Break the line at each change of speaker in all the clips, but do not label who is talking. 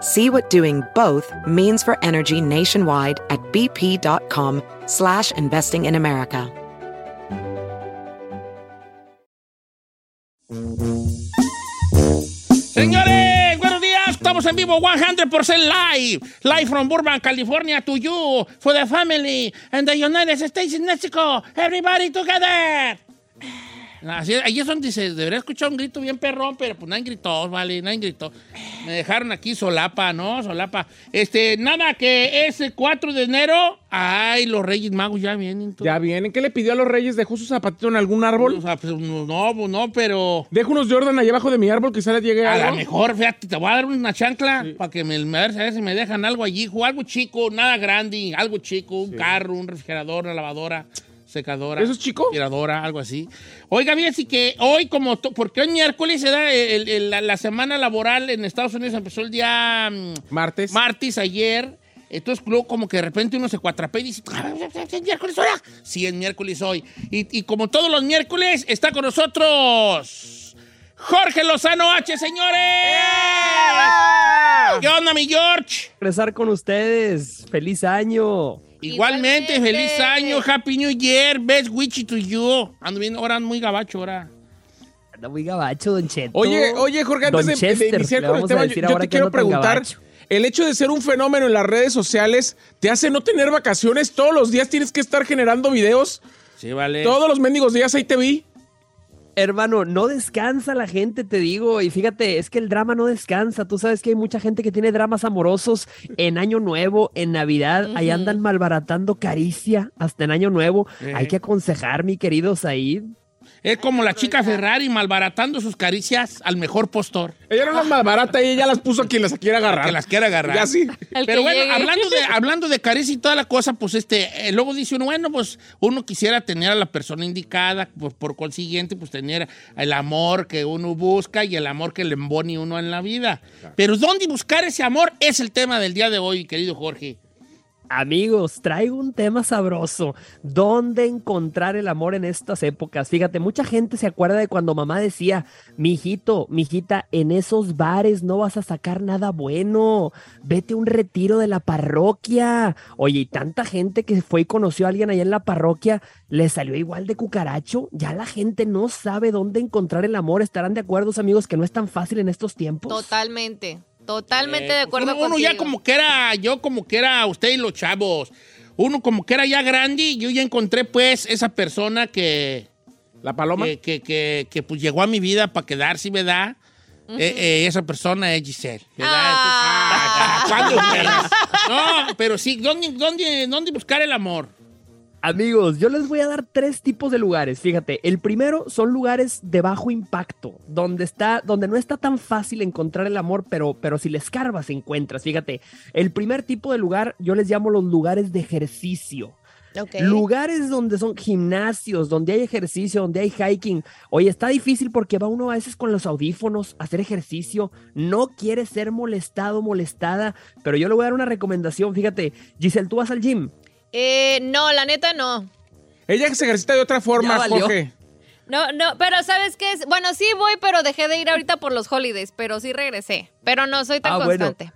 See what doing both means for energy nationwide at bp.com slash investing in America.
Señores, buenos días. Estamos en vivo 100% live. Live from Burbank, California to you, for the family, and the United States in Mexico. Everybody together. Así, ahí es donde se debería escuchar un grito bien perrón, pero pues nadie gritó, vale, nadie gritó. Me dejaron aquí solapa, ¿no? Solapa. Este, nada, que ese 4 de enero, ay, los Reyes Magos ya vienen. tú.
Ya vienen. ¿Qué le pidió a los reyes? ¿Dejó su zapatito en algún árbol?
O sea, pues, no, pues, no, pero...
Dejo unos Jordan allá abajo de mi árbol, quizá les llegue
A
algo.
lo mejor, fíjate, te voy a dar una chancla para que me, me- a ver si- a ver si me dejan algo allí, o algo chico, nada grande, algo chico, un carro, un refrigerador, una lavadora, secadora.
¿Eso es chico?
Aspiradora, algo así. Oiga, bien, así que hoy como, to- porque hoy miércoles se da el- el- la, la semana laboral en Estados Unidos, empezó el día mm,
Martes.
martes ayer. Entonces, luego como que de repente uno se cuatrapea y dice, "Ah, ¿es miércoles ahora? Sí, es miércoles hoy. Y, y como todos los miércoles, está con nosotros Jorge Lozano H, señores. ¿Qué onda, mi George?
regresar con ustedes. ¡Feliz año!
Igualmente,
Igualmente.
feliz año, Happy New Year, best wishes to you. Ando bien, ahora muy gabacho, ahora.
Anda muy gabacho, Don Cheto.
Oye, oye, Jorge, antes
Don
de- de,
Chester,
iniciar
le
con el
vamos a
tema, yo,
decir
yo
ahora
te
que
quiero
ando tan
preguntar.
gabacho.
El hecho de ser un fenómeno en las redes sociales te hace no tener vacaciones. Todos los días tienes que estar generando videos.
Sí, vale.
Todos los mendigos días ahí te vi.
Hermano, no descansa la gente, te digo. Y fíjate, es que el drama no descansa. Tú sabes que hay mucha gente que tiene dramas amorosos en Año Nuevo, en Navidad. Ahí andan malbaratando caricia hasta en Año Nuevo. Hay que aconsejar, mi querido Said.
Es como la chica Ferrari malbaratando sus caricias al mejor postor.
Ella era una malbarata y ella las puso a quien las quiera agarrar.
Que las quiera agarrar.
Ya sí.
Al
Pero
que
bueno,
llegue.
hablando de, hablando de caricias y toda la cosa, pues este, eh, luego dice uno, bueno, pues uno quisiera tener a la persona indicada, pues por consiguiente, pues tener el amor que uno busca y el amor que le embone uno en la vida. Pero ¿dónde buscar ese amor? Es el tema del día de hoy, querido Jorge.
Amigos, traigo un tema sabroso. ¿Dónde encontrar el amor en estas épocas? Fíjate, mucha gente se acuerda de cuando mamá decía, mijito, mijita, en esos bares no vas a sacar nada bueno. Vete a un retiro de la parroquia. Oye, y tanta gente que fue y conoció a alguien allá en la parroquia, le salió igual de cucaracho. Ya la gente no sabe dónde encontrar el amor. ¿Estarán de acuerdo, amigos, que no es tan fácil en estos tiempos?
Totalmente, totalmente
Eh,
de
pues,
acuerdo
uno, uno
contigo.
ya como que era, yo como que era usted y los chavos. Uno como que era ya grande y yo ya encontré pues esa persona que...
La paloma.
que, que, que, que, pues llegó a mi vida para quedarse, ¿verdad? Eh, eh, esa persona es Giselle. ¿verdad?
Ah.
Entonces, ah, ¿cuándo? No, pero sí, ¿dónde, dónde, ¿dónde buscar el amor?
Amigos, yo les voy a dar tres tipos de lugares. Fíjate, el primero son lugares de bajo impacto, donde está, donde no está tan fácil encontrar el amor, pero, pero si le escarbas encuentras. Fíjate, el primer tipo de lugar yo les llamo los lugares de ejercicio.
Ok.
Lugares donde son gimnasios, donde hay ejercicio, donde hay hiking. Oye, está difícil porque va uno a veces con los audífonos a hacer ejercicio. No quiere ser molestado, molestada. Pero yo le voy a dar una recomendación. Fíjate, Giselle, tú vas al gym.
Eh, no, la neta no.
Ella se ejercita de otra
Ya
forma,
valió.
Jorge.
No, no, pero ¿sabes qué es? Bueno, sí voy, pero dejé de ir ahorita por los holidays, pero sí regresé. Pero no soy tan
Ah, bueno.
constante.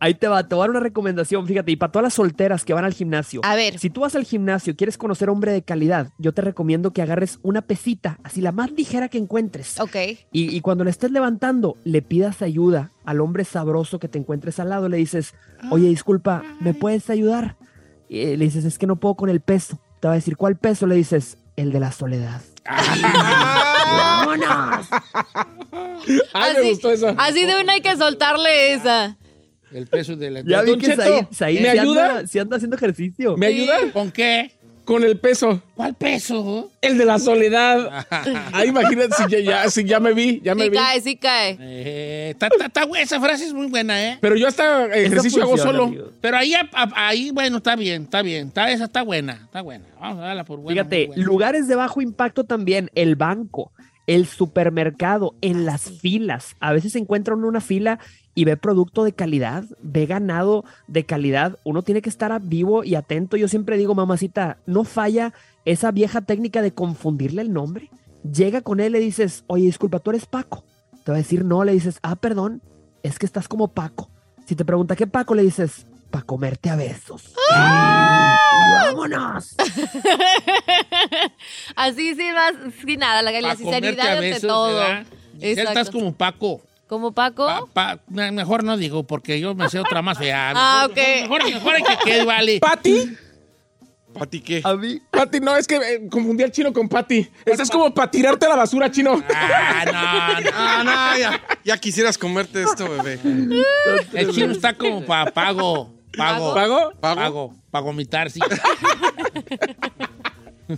Ahí te va, te voy a dar una recomendación, fíjate, y para todas las solteras que van al gimnasio.
A ver.
Si tú vas al gimnasio y quieres conocer hombre de calidad, yo te recomiendo que agarres una pesita, así la más ligera que encuentres.
Ok.
Y, y cuando le estés levantando, le pidas ayuda al hombre sabroso que te encuentres al lado. Le dices,
Ah,
oye, disculpa, ¿me puedes ayudar? Y eh, le dices, es que no puedo con el peso. Te va a decir, ¿cuál peso? Le dices, el de la soledad.
Ay, me gustó esa.
así de una hay que soltarle esa.
El peso de la...
Ya vi
Don
que
Cheto,
Said, Said
¿me
se
ayuda?
Anda, se anda haciendo ejercicio.
¿Me ayuda?
¿Con qué?
Con el peso.
¿Cuál peso?
El de la soledad. Ay, imagínate si ya, ya- si ya me vi, ya me
Sí
vi.
cae, sí cae.
Eh, ta- ta- ta- esa frase es muy buena, ¿eh?
Pero yo hasta
Eso
ejercicio hago
funciona,
solo.
amigo.
Pero ahí, a- a- ahí bueno, está bien, está bien. Está, esa está buena, está buena. Vamos a darla por buena.
Fíjate,
muy buena.
lugares de bajo impacto también, el banco, el supermercado, en las filas. A veces se encuentra uno en una fila y ve producto de calidad, ve ganado de calidad. Uno tiene que estar a- vivo y atento. Yo siempre digo, mamacita, no falla esa vieja técnica de confundirle el nombre. Llega con él, le dices, oye, disculpa, tú eres Paco. Te va a decir no, le dices, ah, perdón, es que estás como Paco. Si te pregunta qué Paco, le dices, para comerte a besos. ¡Ah! Y ¡Vámonos!
Así sin más, sin nada, la,
Pa'
la
comerte
sinceridad
a
ante
besos,
todo.
¿verdad? Giselle, estás
Exacto.
como Ah, Paco.
Como Paco.
Pa- pa- me- mejor no digo, porque yo me sé otra más fea.
Ah,
Mejor-
ok.
Mejor, mejor hay que quede, vale.
¿Pati?
¿Pati qué?
A mí.
Pati, no, es que eh, confundí al chino con Pati. Estás como para tirarte a la basura, chino.
Ah, no, no.
Ah, no, ya, ya quisieras comerte esto, bebé.
El chino está como para pago. Pago.
¿Pago?
¿Pago?
Pago. Para vomitar, sí.
no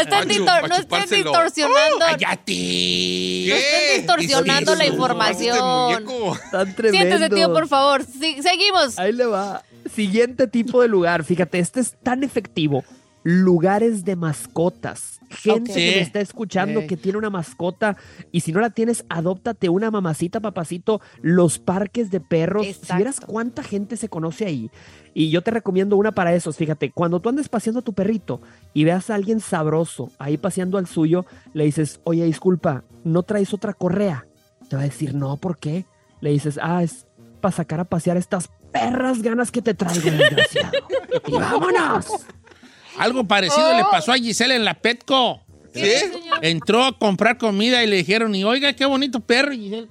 estén,
Pa'
dito-
chup- pa'
no estén
chupárselo.
distorsionando.
¡Cállate!
No estén distorsionando la
este
Dices tú,
información.
¿no? Muñeco.
Tan
Siéntese,
tremendo.
tío, por favor. Sí, seguimos.
Ahí le va. Siguiente tipo de lugar. Fíjate, este es tan efectivo. Lugares de mascotas. Gente
Ok.
que me está escuchando
Ok.
que tiene una mascota y si no la tienes, adóptate una mamacita, papacito. Los parques de perros. Si
Exacto.
vieras cuánta gente se conoce ahí. Y yo te recomiendo una para esos. Fíjate, cuando tú andes paseando a tu perrito y veas a alguien sabroso ahí paseando al suyo, le dices, oye, disculpa, ¿no traes otra correa? Te va a decir, no, ¿por qué? Le dices, ah, es para sacar a pasear estas perras ganas que te traigo, desgraciado. y vámonos.
Algo parecido
Oh.
le pasó a Giselle en la Petco.
¿Sí?
Entró a comprar comida y le dijeron, y oiga, qué bonito perro. Y Giselle,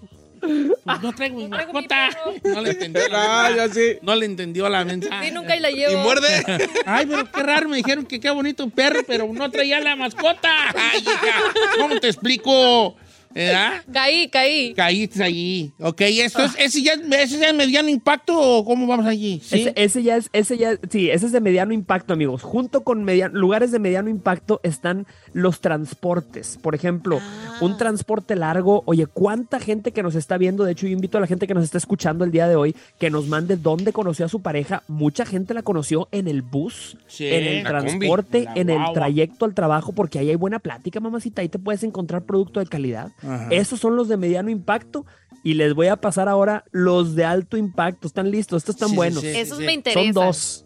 pues no traigo
traigo mi
mi mascota. No le entendió la
Ah,
mensaje.
ya sí.
No le entendió la mensaje.
Sí, nunca la llevo.
¿Y muerde?
Ay, pero qué raro, me dijeron que qué bonito perro, pero no traía la mascota. Ay, hija, ¿cómo te explico? ¿Verdad?
Caí, caí.
Caíste allí. Ok, esto es, ese, ya, es- ese ya es mediano impacto o cómo vamos allí? ¿Sí?
Ese, ese ya es, ese ya, sí, ese es de mediano impacto, amigos. Junto con mediano, lugares de mediano impacto están los transportes. Por ejemplo,
Ah.
un transporte largo. Oye, cuánta gente que nos está viendo. De hecho, yo invito a la gente que nos está escuchando el día de hoy que nos mande dónde conoció a su pareja. Mucha gente la conoció en el bus,
Sí,
en el
la
transporte,
combi, la
en el
guagua.
trayecto al trabajo, porque ahí hay buena plática, mamacita. Ahí te puedes encontrar producto de calidad.
Ajá.
Esos son los de mediano impacto. Y les voy a pasar ahora los de alto impacto. ¿Están listos? Estos están
Sí, sí,
buenos.
sí.
Esos
sí.
me interesan.
Son dos.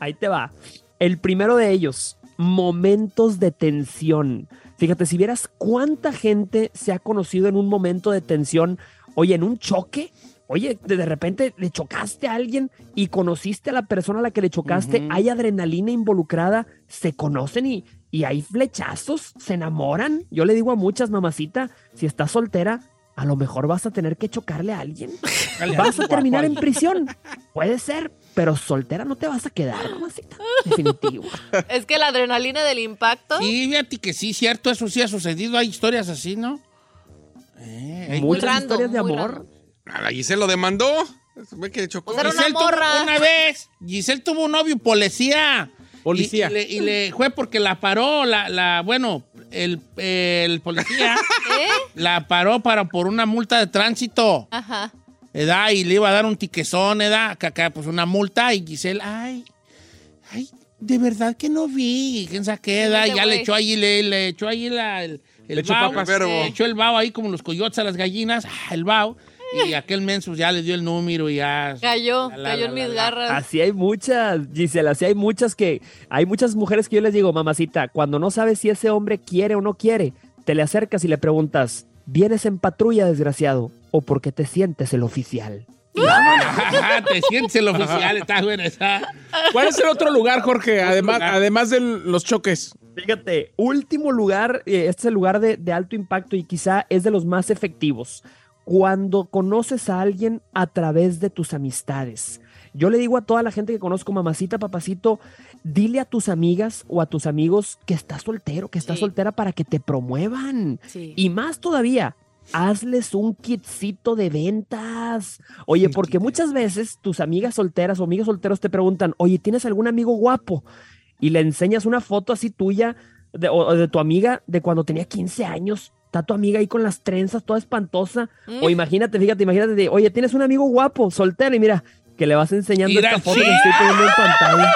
Ahí te va. El primero de ellos, momentos de tensión. Fíjate, si vieras cuánta gente se ha conocido en un momento de tensión, oye, en un choque, oye, de de repente le chocaste a alguien y conociste a la persona a la que le chocaste,
Ujú.
hay adrenalina involucrada, se conocen y, y hay flechazos, se enamoran. Yo le digo a muchas, mamacita, si estás soltera, a lo mejor vas a tener que chocarle a alguien.
Dale,
Vas a
guapo,
terminar en
ahí.
prisión. Puede ser, pero soltera no te vas a quedar, mamacita. Definitivo.
Es que la adrenalina del impacto.
Sí, fíjate que sí, cierto, eso sí ha sucedido. Hay historias así, ¿no? Eh, hay-
Muchas
random,
historias de
muy
amor.
random.
A la Giselle lo demandó. Ve que chocó.
O sea, era una
Giselle tuvo-
morra.
una vez, Giselle tuvo un novio policía.
Policía.
Y, y le, y le fue porque la paró, la, la bueno, el, el policía
¿Eh?
la paró para, por una multa de tránsito,
Ajá.
¿edad? Y le iba a dar un tiquezón, ¿edad? Que acá, pues una multa. Y Giselle, ay, ay, de verdad que no vi. ¿Quién sabe qué, edad?
Este
Ya le
güey.
echó ahí, le, le echó ahí la, el, el
Le echó
vaho.
papas.
Verbo.
Le echó el vaho ahí como los coyotes a las gallinas, ah, el vaho. Y aquel menso ya le dio el número y ya.
Cayó,
La, la,
cayó
la,
en
la,
mis
la.
garras.
Así hay muchas, Gisela, así hay muchas que, hay muchas mujeres que yo les digo, mamacita, cuando no sabes si ese hombre quiere o no quiere, te le acercas y le preguntas, ¿vienes en patrulla, desgraciado? ¿O por qué te sientes el oficial?
Ajá, te sientes el oficial, está buena esa.
¿Cuál es el otro lugar, Jorge? Además,
lugar.
además de los choques.
Fíjate, último lugar, eh, este es el lugar de, de alto impacto y quizá es de los más efectivos. Cuando conoces a alguien a través de tus amistades. Yo le digo a toda la gente que conozco, mamacita, papacito, dile a tus amigas o a tus amigos que estás soltero, que estás
Sí.
soltera para que te promuevan.
Sí.
Y más todavía, hazles un kitcito de ventas. Oye,
Un
porque
kit.
muchas veces tus amigas solteras o amigos solteros te preguntan, oye, ¿tienes algún amigo guapo? Y le enseñas una foto así tuya de, o- o de tu amiga de cuando tenía 15 años. Está tu amiga ahí con las trenzas, toda espantosa. O imagínate, fíjate, imagínate, de, oye, tienes un amigo guapo, soltero, y mira, que le vas enseñando
Mira,
esta foto
sí.
que estoy poniendo en pantalla.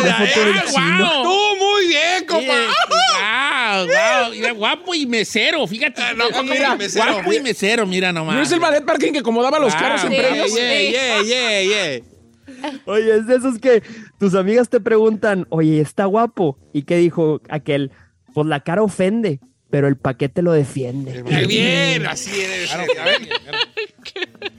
Una
Ay,
foto del
ay,
chino.
guau.
Tú muy bien, compa.
Guau, guau, mira, guapo y mesero, fíjate.
Ah, no, guapo y
Mira,
mesero.
Guapo y mesero, mira nomás.
No es el ballet parking que acomodaba los
Ah,
carros en
sí.
premios.
ellos.
yeah, yeah, yeah, yeah.
Oye, es de esos que tus amigas te preguntan, oye, ¿está guapo? ¿Y qué dijo aquel? Pues la cara ofende, pero el paquete lo defiende.
Qué
Bien,
bien,
así debe ser. A ver,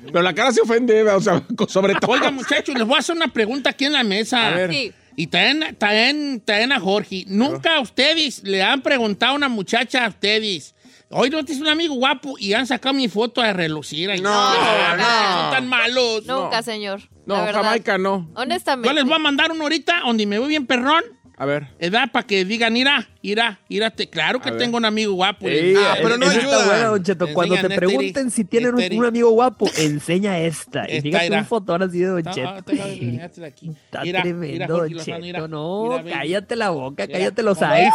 Pero la cara se ofende, o sea, co- sobre todo.
Oiga, muchachos, les voy a hacer una pregunta aquí en la mesa.
A ver.
Sí.
Y también, también, también a Jorge. Nunca a ustedes le han preguntado a una muchacha a ustedes. Hoy no tienes un amigo guapo y han sacado mi foto a relucir. Ay,
No,
la verdad,
no.
Son tan malos.
Nunca, señor.
No,
la verdad.
Jamaica no.
Honestamente.
Yo les voy a mandar uno ahorita donde me voy bien perrón.
A ver.
¿Edad? Para que digan, ira, ira, ira. te- Claro que tengo un amigo guapo. Eh,
Sí,
Ah, pero
es-
no
esa eh, está
ayuda.
buena, don Cheto. Cuando te
Enseñan,
pregunten
Esteri,
si tienen un,
Esteri.
un amigo guapo, enseña esta. Y
Esta
fíjate
era.
un fotón así de Don
No,
Cheto.
te acabo de engañarte de aquí.
Está
Mira, mira,
tremendo,
Jorge
Don
Lozano, mira,
Cheto. No,
mira, ven.
cállate la boca,
Mira,
cállate los aires.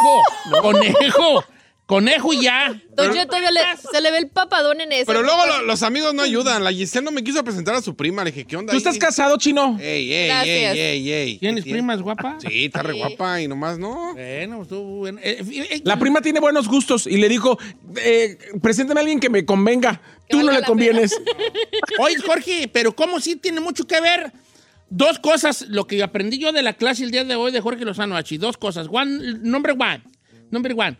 Conejo, conejo, conejo y ya.
Don Cheto, todavía le- se le ve el papadón en eso.
Pero luego lo- los amigos no ayudan. La Giselle no me quiso presentar a su prima. Le dije, ¿qué onda?
¿Tú
ahí?
estás casado, chino?
Ey, ey,
Gracias.
ey, ey, ey.
¿Tienes
¿Qué
primas guapas?
tiene? Sí, está re
Sí.
guapa y nomás no.
Bueno, estuvo bueno. Eh, eh, eh,
La prima tiene buenos gustos y le dijo, eh, preséntame a alguien que me convenga. Tú no
valga
le
la
convienes.
Oye, Jorge, pero como sí tiene mucho que ver dos cosas, lo que aprendí yo de la clase el día de hoy de Jorge Lozano Hachi, dos cosas. One, number one, number one,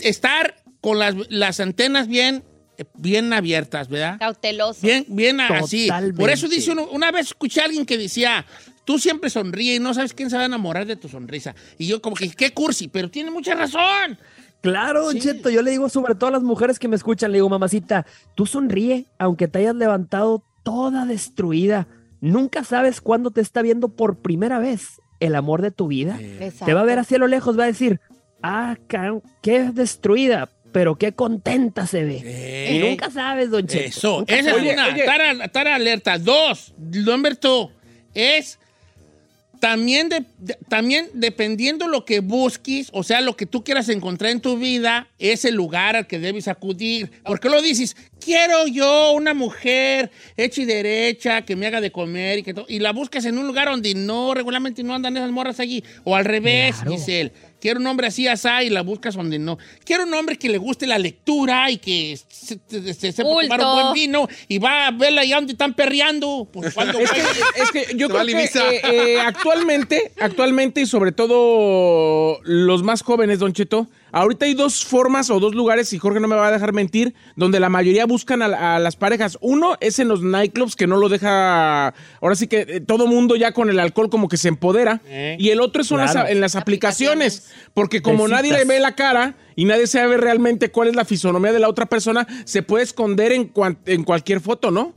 estar con las, las antenas bien, eh, bien abiertas, ¿verdad?
Cauteloso.
Bien, bien así.
Totalmente.
Por eso dice uno, una vez escuché a alguien que decía, tú siempre sonríe y no sabes quién se va a enamorar de tu sonrisa. Y yo como que, qué cursi, pero tiene mucha razón.
Claro, Don
Sí.
Cheto, yo le digo sobre todo a las mujeres que me escuchan, le digo, mamacita, tú sonríe, aunque te hayas levantado toda destruida. Nunca sabes cuándo te está viendo por primera vez el amor de tu vida.
Exacto.
Te va a ver hacia lo lejos, va a decir, ah, ca- qué destruida, pero qué contenta se ve. Y
Eh,
nunca sabes, Don Cheto.
Eso,
nunca
esa es
sabes.
Oye,
una.
oye.
Estar, al- estar alerta. Dos, number two, es también, de- de- también dependiendo lo que busques, o sea, lo que tú quieras encontrar en tu vida, es el lugar al que debes acudir. Porque lo dices, quiero yo una mujer hecha y derecha, que me haga de comer y que todo. Y la buscas en un lugar donde no, regularmente no andan esas morras allí. O al revés,
Claro.
Giselle. Quiero un hombre así, asá, y la buscas donde no. Quiero un hombre que le guste la lectura y que se, se- se- sepa tomar un
Culto.
buen vino y va a verla allá donde están perreando. Pues, ¿cuándo
Es
güey?
que, es que yo
Se
creo
va a
que
Ibiza.
eh, eh, actualmente, actualmente y sobre todo los más jóvenes, Don Cheto, ahorita hay dos formas o dos lugares, y Jorge no me va a dejar mentir, donde la mayoría buscan a, la- a las parejas. Uno es en los nightclubs, que no lo deja, ahora sí que eh, todo mundo ya con el alcohol como que se empodera.
Eh.
Y el otro son las-
Claro.
en las aplicaciones, porque como
De
nadie
citas.
le ve la cara y nadie sabe realmente cuál es la fisonomía de la otra persona, se puede esconder en, cuan- en cualquier foto, ¿no?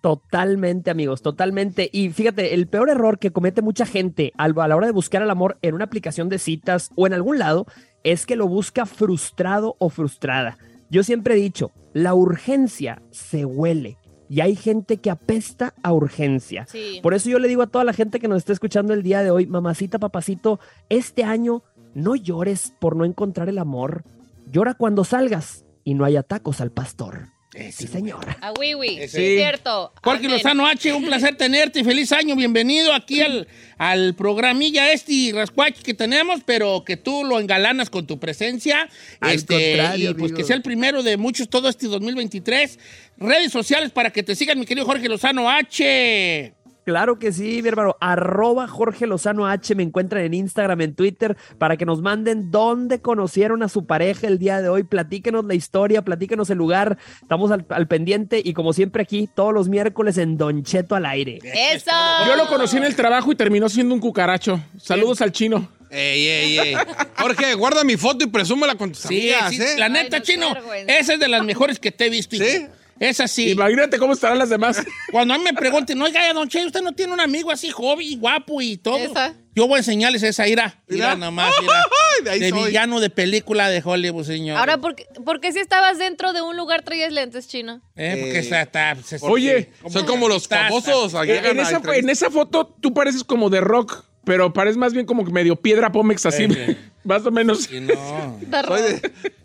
Totalmente, amigos, totalmente. Y fíjate, el peor error que comete mucha gente al- a la hora de buscar el amor en una aplicación de citas o en algún lado es que lo busca frustrado o frustrada. Yo siempre he dicho, la urgencia se huele y hay gente que apesta a urgencia.
Sí.
Por eso yo le digo a toda la gente que nos está escuchando el día de hoy, mamacita, papacito, este año no llores por no encontrar el amor. Llora cuando salgas y no haya tacos al pastor.
Eh,
Sí,
sí,
señora.
A Wiwi.
Ese-
Es cierto.
Jorge
Amén.
Lozano H, un placer tenerte y feliz año. Bienvenido aquí al, al programilla este Rascuachi que tenemos, pero que tú lo engalanas con tu presencia.
Al contrario,
y pues
amigo.
que sea el primero de muchos todo este 2023. Redes sociales para que te sigan, mi querido Jorge Lozano H.
Claro que sí, mi hermano. Arroba Jorge Lozano H. Me encuentran en Instagram, en Twitter, para que nos manden dónde conocieron a su pareja el día de hoy. Platíquenos la historia, platíquenos el lugar. Estamos al, al pendiente y como siempre aquí, todos los miércoles en Don Cheto al aire.
Eso.
Yo lo conocí en el trabajo y terminó siendo un cucaracho. Saludos al chino.
Ey, ey, ey. Jorge, guarda mi foto y presúmela con tus
Sí,
amigas,
sí,
¿eh?
la
Ay,
neta,
no, qué
chino.
vergüenza.
Esa es de las mejores que te he visto. hijo.
¿Sí?
Es así.
Imagínate cómo estarán las demás.
Cuando a mí me pregunten, oiga, ya, don Che, usted no tiene un amigo así joven, guapo y todo.
Esa.
Yo voy a enseñarles esa ira. Ira
Mira.
nomás, ira.
De ahí
De
soy.
villano de película de Hollywood, señor.
Ahora, ¿por qué, por qué si estabas dentro de un lugar traías lentes, chino?
Eh, porque
Eh,
está- está- se-
Oye,
Soy como los
Estás-
famosos.
Eh, en, esa, en esa foto tú pareces como de rock, pero pareces más bien como que medio piedra pómex así.
Eh.
Más o menos.
Sí, no.
Está raro.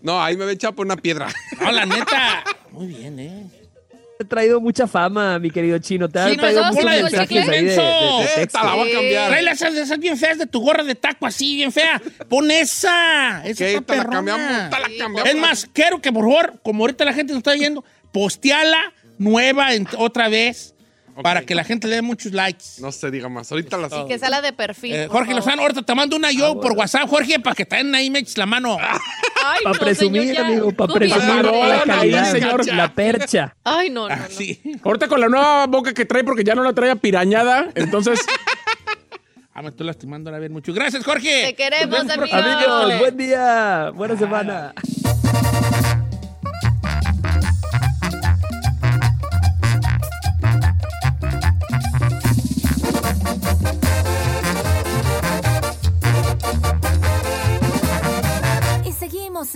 No, ahí me ve chapa una piedra.
No, la neta. Muy bien, ¿eh?
Te he traído mucha fama, mi querido chino. Te han
Sí, no,
traído
no,
muchos
sí, digo, el
mensajes
chicle.
ahí de, de- de
Eso.
texto.
Esta la voy a
Sí.
cambiar.
Trae las esas bien feas de tu gorra de taco así, bien fea. Pon esa. Esa
¿Qué?
está
Te la
perrona.
cambiamos, te la cambiamos.
Es más, quiero que por favor, como ahorita la gente nos está viendo, posteala nueva en- otra vez para que la gente le dé muchos likes.
No se diga más. Ahorita las.
Que sala de perfil.
Eh,
por
Jorge
favor.
Lozano, ahorita te mando una yo por WhatsApp, Jorge, para que también ahí me eches la mano.
Ay,
Para
no,
presumir,
señor, ya.
amigo, para
Copia.
presumir
Camarón,
la
ahí,
calidad,
señor.
la percha.
Ay, no, no, no.
Ah, Sí.
Ahorita con la nueva boca que trae, porque ya no la trae apirañada, entonces.
Ah, me estoy lastimando la vez mucho. Gracias, Jorge.
Te queremos,
Nos vemos
amigo.
próximamente.
Amigos, buen día, buena semana.
Y seguimos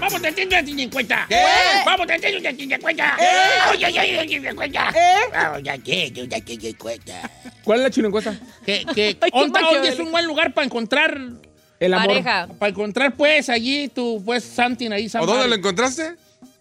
Vamos a tener una cuenta. ¿Qué? ¿Eh? Vamos a tener una cuenta. ¿Qué? Oye, oye, oye, oye, cuenta. Vamos a tener una cuenta.
¿Cuál es la chino encuesta?
Que, que
Ay, qué
Onda
maquiavélico.
Onda es un buen lugar para encontrar,
El amor.
Pareja.
para encontrar pues allí tu, pues, Santin ahí,
¿O dónde
somebody.
lo encontraste?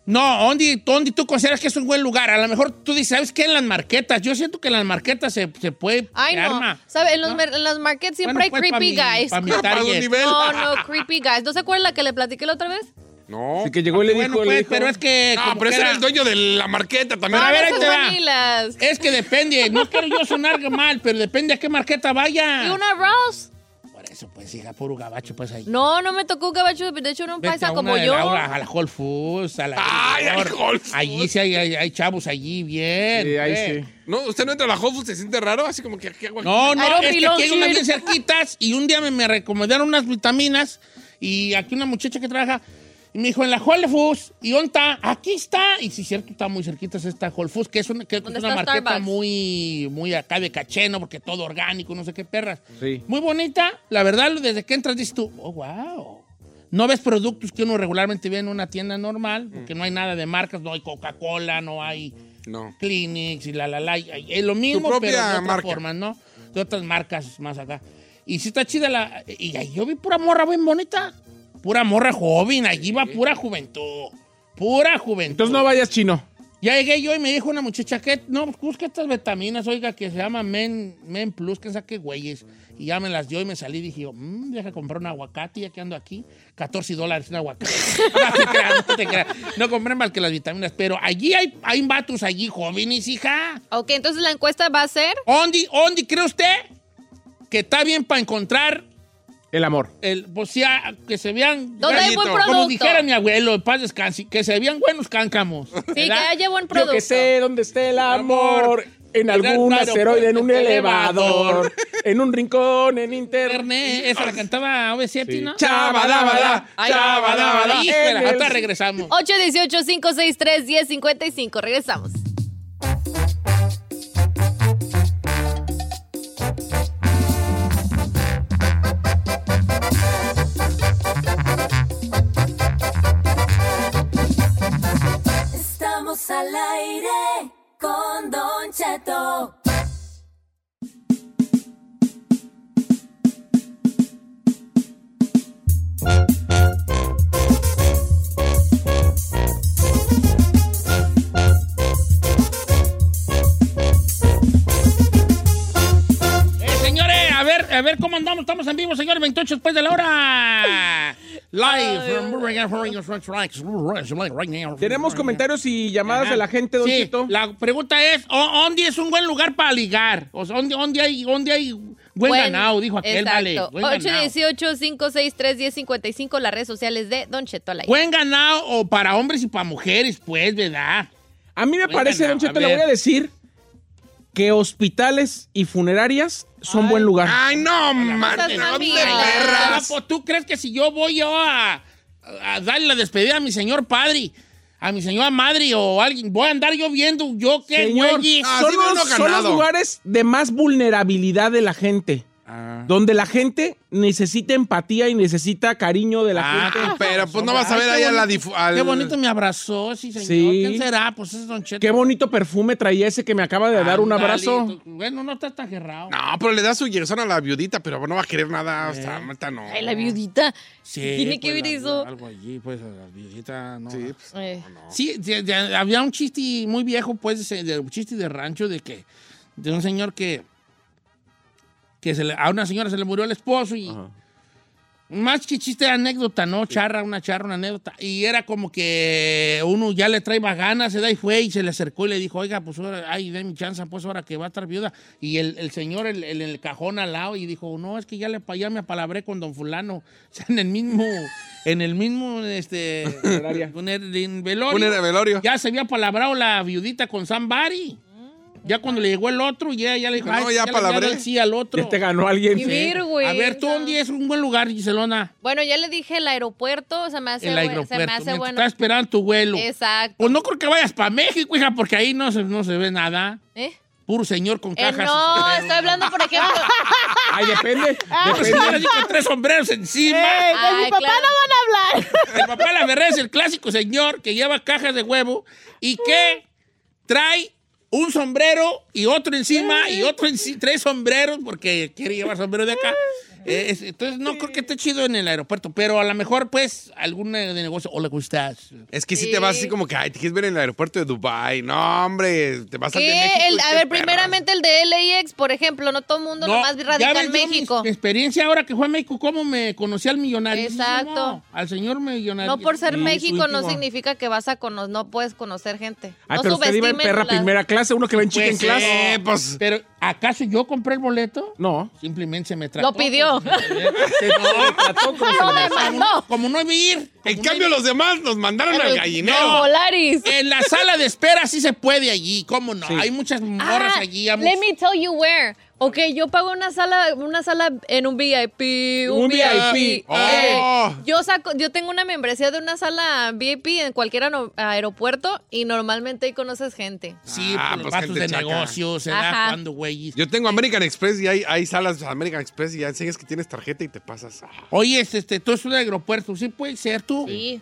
No, Ondi, Ondi, tú consideras que es un buen lugar. A lo mejor tú dices, ¿sabes qué? En las marquetas. Yo siento que en las marquetas se, se puede
Ay,
se
no.
arma.
¿Sabe? En los,
¿No?
mer- en los markets siempre
Bueno,
hay
pues, pa'
creepy
mi-
guys.
pa' mi
Para un
target.
nivel.
No, no, creepy guys. ¿No se acuerda la que le platiqué la otra vez?
No.
Así que llegó y le
Bueno,
dijo, le
pues,
dijo,
pero es que.
Ah,
como
pero ese
quiera-
era el dueño de la marqueta también.
Pero a
No,
ver, ahí
esas
te va.
vanilas.
Es que depende. No quiero yo sonar mal, pero depende a qué marqueta vaya.
¿Y una Rouse?
Por eso, pues, hija, puro gabacho, pues ahí.
No, no me tocó un gabacho. De hecho, era un
Vete
paisa
a una
como
de
yo.
la hora, a la Whole Foods, a la.
Ay, al Whole Foods.
Allí sí hay, hay- hay chavos allí, bien.
Sí, ahí
eh.
sí.
No, usted no entra a la Hot Foods, se siente raro, así como que ¿qué hago aquí?
No,
I
no,
don't
es que
belong
aquí hay unas
here.
bien cerquitas y un día me, me recomendaron unas vitaminas y aquí una muchacha que trabaja y me dijo, en la Whole Foods, ¿y dónde está? Aquí está. Y sí, cierto, está muy cerquita es esta Whole Foods, que es una, que es
¿Dónde
una
está
marqueta
Starbucks?
muy, muy acá de cacheno, porque todo orgánico, no sé qué perras.
Sí.
Muy bonita, la verdad, desde que entras dices tú, oh, wow. No ves productos que uno regularmente ve en una tienda normal, porque no hay nada de marcas, no hay Coca-Cola, no hay...
No.
Clinics y la la la. y- y Es lo mismo,
propia
pero de otras
marca.
formas, ¿no? De otras marcas más acá. Y sí está chida la. Y ahí yo vi pura morra bien bonita. Pura morra joven. Allí va pura juventud. Pura juventud.
Entonces no vayas chino.
Ya llegué yo y me dijo una muchacha que no, pues, busca estas vitaminas, oiga, que se llama Men, Men Plus, que saque güeyes. Y ya me las dio y me salí y dije, mmm, deja comprar un aguacate, ya que ando aquí, 14 dólares un aguacate. no te creas, no te creas. No compré más que las vitaminas, pero allí hay, hay vatos allí, jóvenes, hija.
Ok, entonces la encuesta va a ser.
¿Ondi, ondi cree usted que está bien para encontrar
El amor.
el, pues ya, que se vean.
Donde hay buen
Como
producto.
dijera mi abuelo, en paz descanse, que se vean buenos cáncamos.
Sí, que haya buen
Yo
producto.
que sé dónde esté el amor.
Amor.
En
En
algún
el
asteroide, en un
aeropuerto,
elevador, en un rincón, en internet.
Internet, esa la cantaba OV7, ¿no?
Chabadabada,
Ay,
chabadabada.
híjole,
en el- Oh.
Ahorita regresamos.
818-563-1055. Regresamos.
Estamos al aire con Don Cheto.
Eh, señores, a ver, a ver cómo andamos. Estamos en vivo, señores, 28 después de la hora. Live.
Tenemos comentarios y llamadas de la gente, Don
Sí,
Cheto.
La pregunta es: ¿o- ¿dónde es un buen lugar para ligar? O sea, ¿dónde, dónde hay, dónde hay buen, ganado? Dijo aquel, vale. Buen ganado.
818-563-1055, las redes sociales de Don Cheto al aire.
Buen ganado o para hombres y para mujeres, pues, ¿verdad?
A mí me
Bueno,
parece,
no,
Don Cheto,
a
le
ver.
voy a decir que hospitales y funerarias son buen lugar.
Ay, no, man.
Esas
¿Dónde,
mamilas.
Ah,
perras?
pues, ¿Tú crees que si yo voy yo a, a darle la despedida a mi señor padre, a mi señora madre o alguien, voy a andar yo viendo yo qué
Señor,
güey?
Ah,
son,
sí veo
los,
uno
son
ganado.
los lugares de más vulnerabilidad de la gente.
Ah.
Donde la gente necesita empatía y necesita cariño de la
Ah,
gente.
Pero pues no
Ay,
vas a ver
qué
ahí a la
bonito.
difu- al-
Qué bonito me abrazó, sí, señor.
Sí.
¿Quién será? Pues es Don Cheto.
Qué bonito perfume traía ese que me acaba de dar un
Ándale,
abrazo.
tú- Bueno, no estás tan ajerrado.
No, pero le da su yersón a la viudita, pero no va a querer nada. O sea, neta, no.
Ay, la viudita.
Sí,
Tiene que
pues,
ver
había
eso.
Algo allí, pues, a la viejita, no.
Sí, pues,
Eh,
Sí, de- de- había un chiste muy viejo, pues, de, de- un chiste de rancho de que de un señor que que se le- a una señora se le murió el esposo y más que chiste de anécdota, ¿no? Charra, una charra, una anécdota. Y era como que uno ya le trae más ganas, se da y fue y se le acercó y le dijo, oiga, pues ahora, ay, de mi chance, pues ahora que va a estar viuda. Y el, el señor en el, en el cajón al lado y dijo, no, es que ya, le, pa- ya me apalabré con don fulano. O sea, en el mismo, en el mismo, este, en el- en velorio.
Funeral, velorio.
Ya se había palabrado la viudita con Zambari. Ya cuando le llegó el otro, ya, ya le dijo,
No,
"Ay,
ya
le había
palabré".
dado el sí al otro.
Ya te ganó alguien.
Y vir, güey.
A ver, ¿tú dónde es un buen lugar, Giselona?
Bueno, ya le dije el aeropuerto, se me hace,
el
buen-
aeropuerto.
se me hace
mientras
bueno.
Estás esperando tu vuelo.
Exacto.
Pues no creo que vayas para México, hija, porque ahí no se, no se ve nada.
¿Eh?
Puro señor con
Eh,
cajas. este,
no, estoy hablando, por ejemplo.
Ay, depende.
Ah,
Pues
depende.
ahora sí con tres sombreros encima.
Ey, de
Ay,
mi papá
claro.
no van a hablar.
El papá de la Ferrera es el clásico señor que lleva cajas de huevo y que trae un sombrero y otro encima y otro encima, tres sombreros porque quiere llevar sombrero de acá. Eh, es- entonces no creo que esté chido en el aeropuerto, pero a lo mejor pues algún eh, de negocio. Hola, ¿cómo estás?
Es que si
Sí.
te vas así como que, ay, te quieres ver en el aeropuerto de Dubai. No, hombre, te vas al de México.
¿Qué? El-
y
a
este
qué
ver,
perras.
primeramente el de LAX, por ejemplo, no todo el mundo nomás
ya
radica
ves
en
yo mi-
México.
Mi experiencia ahora que fue a México, cómo me conocí al millonario.
Exacto.
Al señor millonario.
No por ser
Sí,
México
su
no
último.
significa que vas a conocer, no puedes conocer gente.
Ay,
no
pero usted iba en
subestimen
perra
las-
primera clase, uno que va en chica
Pues
en
sí.
clase.
Eh, pues.
Pero, ¿acaso yo compré el boleto?
No.
Simplemente se me trató.
Lo pidió.
como se me- No,
Trató como se
¡Lo
le-
demandó!
Como no ir.
En cambio, los demás nos mandaron al
¡Como
gallinero.
Volaris!
Eh,
En la sala de espera sí se puede allí, ¿cómo no? Hay muchas morras
Ah,
allí. hay
let
muchos-
me tell you where. Ok, yo pago una sala, una sala en un VIP, un,
Un
VIP.
VIP.
eh,
Oh.
yo saco, yo tengo una membresía de una sala VIP en cualquier ano- aeropuerto y normalmente ahí conoces gente.
Sí,
Ah,
por los
pues,
vatos
gente
de
chaca.
negocios, se da
Ajá.
cuando, güey.
Yo tengo American Express y hay, hay salas de American Express y ya enseñas que tienes tarjeta y te pasas. Ah.
Oye, este, este, tú es un aeropuerto, ¿sí puede ser tú?
Sí.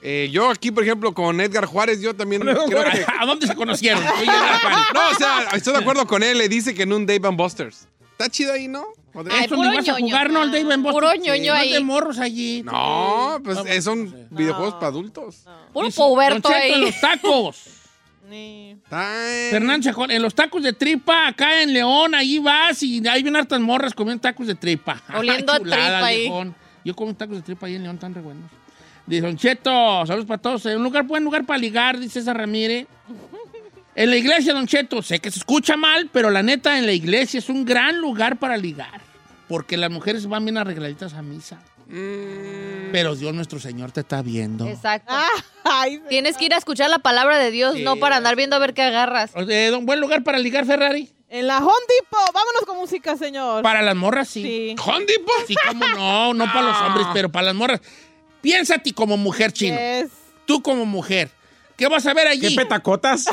Eh, yo aquí, por ejemplo, con Edgar Juárez, yo también creo que.
¿A dónde se conocieron? Tú y Edgar Juárez.
No, o sea, estoy de acuerdo con él. Le dice que en un Dave and Buster's. Está chido ahí, ¿no? Eh, Joder.
Ay,
Eso ni
puro
vas a
ñoño.
jugar, ¿no? Al Dave en Boston.
Puro ñoño
no
ahí.
de morros allí.
No, pues eh, son videojuegos para adultos.
Puro
Dice, Don
puberto
Cheto, en
ahí.
los tacos.
Está en-
Fernán Chacón, en los tacos de tripa, acá en León, ahí vas y hay bien hartas morras comiendo tacos de tripa.
Oliendo a tripa ahí.
viejón. Yo como tacos de tripa ahí en León, tan re buenos. Dice, Don Cheto, saludos para todos. Eh, Un lugar, buen lugar para ligar, dice César Ramírez. En la iglesia, Don Cheto, sé que se escucha mal, pero la neta, en la iglesia es un gran lugar para ligar. Porque las mujeres van bien arregladitas a misa. Pero Dios nuestro Señor te está viendo.
Mm. Exacto.
Ay,
Tienes que ir a escuchar la palabra de Dios, no para andar viendo a ver qué agarras.
Eh, un buen lugar para ligar Ferrari.
en la Home Depot. Vámonos con música, señor.
Para las morras, sí.
Sí.
¿Hondipo?
Sí, cómo no, no para los hombres, pero para las morras. Piénsate como mujer, chino.
Yes.
Tú como mujer. ¿Qué vas a ver
¿Qué
allí?
petacotas?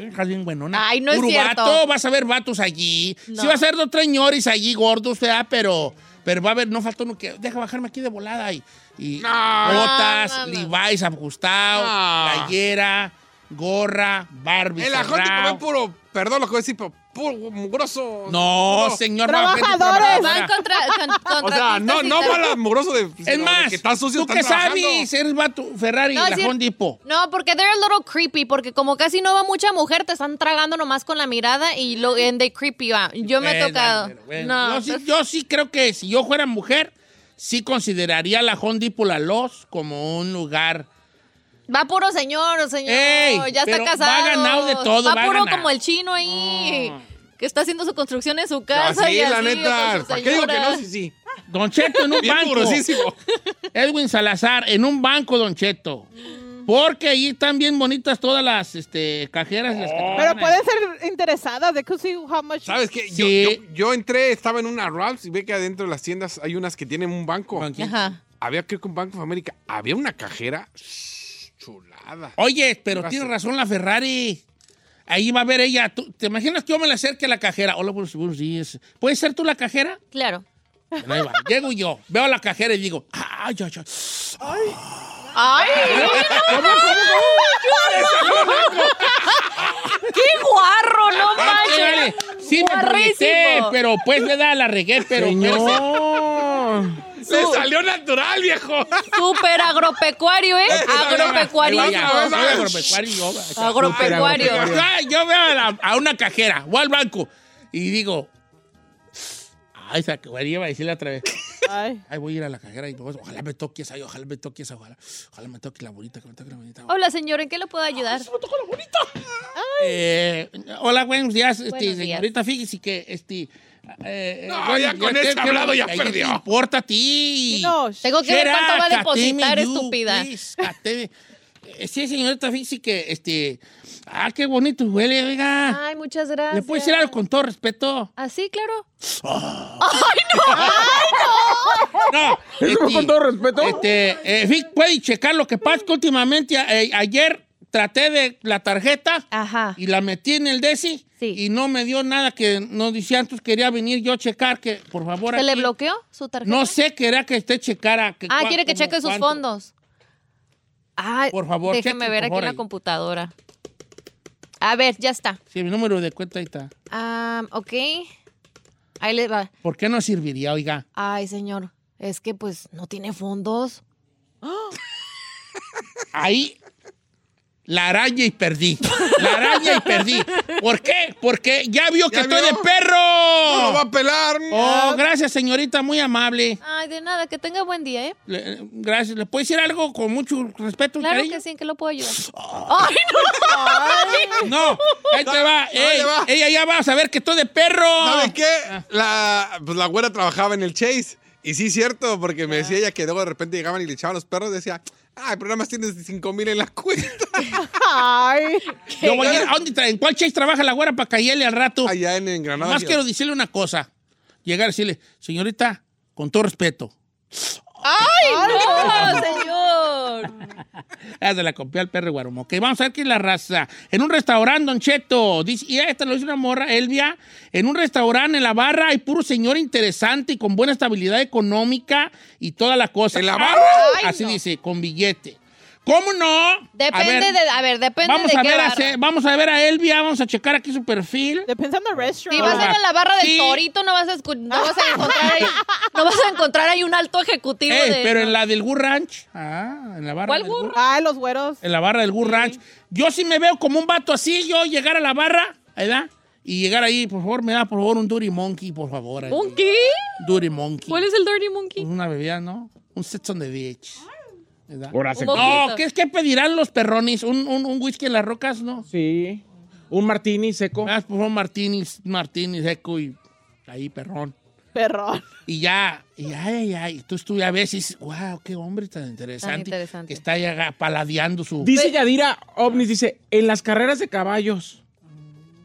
Estás bien buenona.
Ay, no es
Puro
cierto.
vato, vas a ver vatos allí.
No.
Sí vas a ver dos treñores allí gordos, ¿verdad? Pero, pero va a haber, no falta uno que... Deja bajarme aquí de volada y... y botas,
No, no, no.
Levi's ajustado,
No.
playera, gorra, Barbie
El ajón
cerrado.
tipo puro, perdón lo que voy a decir, pero puro mugroso.
No,
Puro-
señor.
Trabajadores.
va a haber
Van
gente trabajadora.
contra, con-
O
contratistas
sea, no,
y
no
tal.
para mugroso de.
Es
de
más,
que está sucio,
¿tú
está
qué
trabajando.
sabes? Eres vato, Ferrari,
No,
la
sí-
Home Depot.
No, porque they're a little creepy, porque como casi no va mucha mujer, te están tragando nomás con la mirada y lo and they creep you out. Yo me he
Eh, Bueno,
tocado.
pero bueno.
No. pues,
Yo, sí, yo sí creo que si yo fuera mujer, sí consideraría la Hondipo La Loz como un lugar.
Va puro señor, oh, señor.
Ey,
ya está
pero va
casado.
ganado de todo,
Va,
va
puro
ganado.
como el chino ahí. Que está haciendo su construcción en su casa.
Así,
y
la
así, con
neta.
su
¿Para qué digo que
señora.
no? Sí, sí.
Don Cheto en un
Bien
banco.
mugrosísimo.
Edwin Salazar, en un banco, Don Cheto. Porque ahí están bien bonitas todas las este, cajeras. y las que
Pero
trabajan ahí.
pueden ser interesadas. They could see how much.
Oh, ¿Sabes qué? Yo,
Sí.
yo, yo entré, estaba en una Ralphs y ve que adentro de las tiendas hay unas que tienen un banco.
Banquito.
Ajá.
Había, creo que un Banco de América. Había una cajera shh, chulada.
Oye, pero
Gracias.
tiene razón la Ferrari. Ahí va a ver ella. Tú- ¿Te imaginas que yo me la acerque a la cajera? Hola, buenos buenos días. ¿Puedes ser tú la cajera?
Claro.
Bueno, ahí va. Llego yo, veo a la cajera y digo, ay, ay, ay.
¡Ay! ¡Qué guarro! ¡No
Ah, sí,
manches!
vale. Sí, me proyecté,
Guarrísimo.
pero pues le da la regué, pero. pues pero
Señor.
¡Le salió natural, viejo!
Súper agropecuario, ¿eh?
Ahí va, ya.
Agropecuarismo.
Soy agropecuario, yo, va.
Agropecuario.
O sea, pues, Yo veo a, la- a una cajera, voy al banco y digo. Ay, esa que iba a decirle otra vez.
Ay.
Ay, voy a ir a la cajera y me voy a- ojalá me toque esa, ojalá me toque esa, ojalá, ojalá me toque la bonita, que me toque la bonita.
Hola, señor, ¿en qué le puedo ayudar?
Eh, hola, buenos días, este,
Buenos días.
señorita. Fíjese que este. eh,
No,
bueno,
ya con
te-
ese hablado ya
¿qué
perdió.
te importa a ti?
No,
Tengo que ver
Shut
cuánto va a
up, Katemi,
depositar,
you,
estúpida.
please, Katemi. Eh, Sí, señorita, fíjese que este. Ah, qué bonito huele, oiga.
Ay, muchas gracias.
¿Le puedo decir algo con todo respeto?
Así, claro.
No.
Eso fue
este,
con todo respeto.
Este, eh, Vic, puede checar lo que pasa que últimamente a- eh, ayer traté de la tarjeta
Ajá.
y la metí en el DESI
Ah. Sí.
y no me dio nada que no decía antes quería venir yo a checar que por favor
¿Se le
aquí-
bloqueó su tarjeta?
no sé quería que usted checara que
Ah,
cuá-
quiere que
cómo,
cheque sus
cuánto.
fondos. Ay,
Por favor,
déjeme
cheque,
ver
por
aquí
favor,
en la
ahí.
computadora. A ver, ya está.
sí mi número de cuenta ahí está
Ah, ok. Ahí le va.
¿por qué no serviría oiga
Ay, señor, es que pues no tiene fondos.
ahí la araña y perdí la araña y perdí ¿por qué? porque ya vio que
¿Ya
estoy
vio?
de perro
¡No lo va a pelar!
oh gracias señorita muy amable
Ay, de nada, que tenga buen día, ¿eh?
Le- eh, gracias le puedo decir algo con mucho respeto y
Claro
cariño?
que sí, ¿en qué lo puedo ayudar? ¡Ay, no!
no ahí te va
dale,
ey,
va.
ella ya va a saber que estoy de perro
¿Sabe qué?
Ah.
La, pues la güera trabajaba en el Chase. Y sí, cierto, porque
Ah.
me decía ella que luego de repente llegaban y le echaban los perros. Decía, ay, pero nada más tienes 5 mil en la cuenta.
Ay.
Yo voy a ir- ¿a dónde tra- ¿En cuál chase trabaja la güera para caerle al rato?
Allá en, en Granada.
Más quiero decirle una cosa. Llegar a decirle, señorita, con todo respeto.
¡No, señor!
Ah, se la copié al perro guarumo. Ok, vamos a ver qué es la raza. En un restaurante, Don Cheto. Dice, y esta lo dice una morra, Elvia. En un restaurante, en la barra, hay puro señor interesante y con buena estabilidad económica y toda la cosa.
¿En la
¡Ah!
barra?
Ay,
Así
no.
dice, con billete. ¿Cómo no?
Depende
A ver,
de. A ver, depende
vamos
de
a
qué
ver a
barra.
ce- Vamos a ver a Elvia, vamos a checar aquí su perfil.
Depends on the restaurant.
Si vas a ir a la barra del
Sí.
torito, no vas a, escu- no vas a encontrar ahí, no vas a encontrar ahí un alto ejecutivo
Ey,
de.
Eh, pero en la del Gur Ranch. Ah, en la barra.
¿Cuál
del
Gur?
Ay, los güeros.
En la barra del Gur Ranch. Yo sí me veo como un vato así, yo llegar a la barra, ¿verdad? Y llegar ahí, por favor, me da por favor un Dirty Monkey, por favor. ahí.
¿Un qué?
Dirty Monkey.
¿Cuál es el Dirty Monkey? Ah,
Una bebida, ¿no? Un Sex on the Beach. ¿verdad?
Ahora se-
Un
No,
mojito.
¿qué es que pedirán los perrones? ¿Un, un, un whisky en las rocas? No.
Sí. Un martini seco.
Ah, pues Más por favor, Martínez, Martínez, Eco y ahí, perrón.
Perrón.
Y ya, y ya, ya, y tú, tú a veces, wow, qué hombre tan interesante,
interesante.
que está ya paladeando su...
Dice Yadira Ovnis, dice, en las carreras de caballos.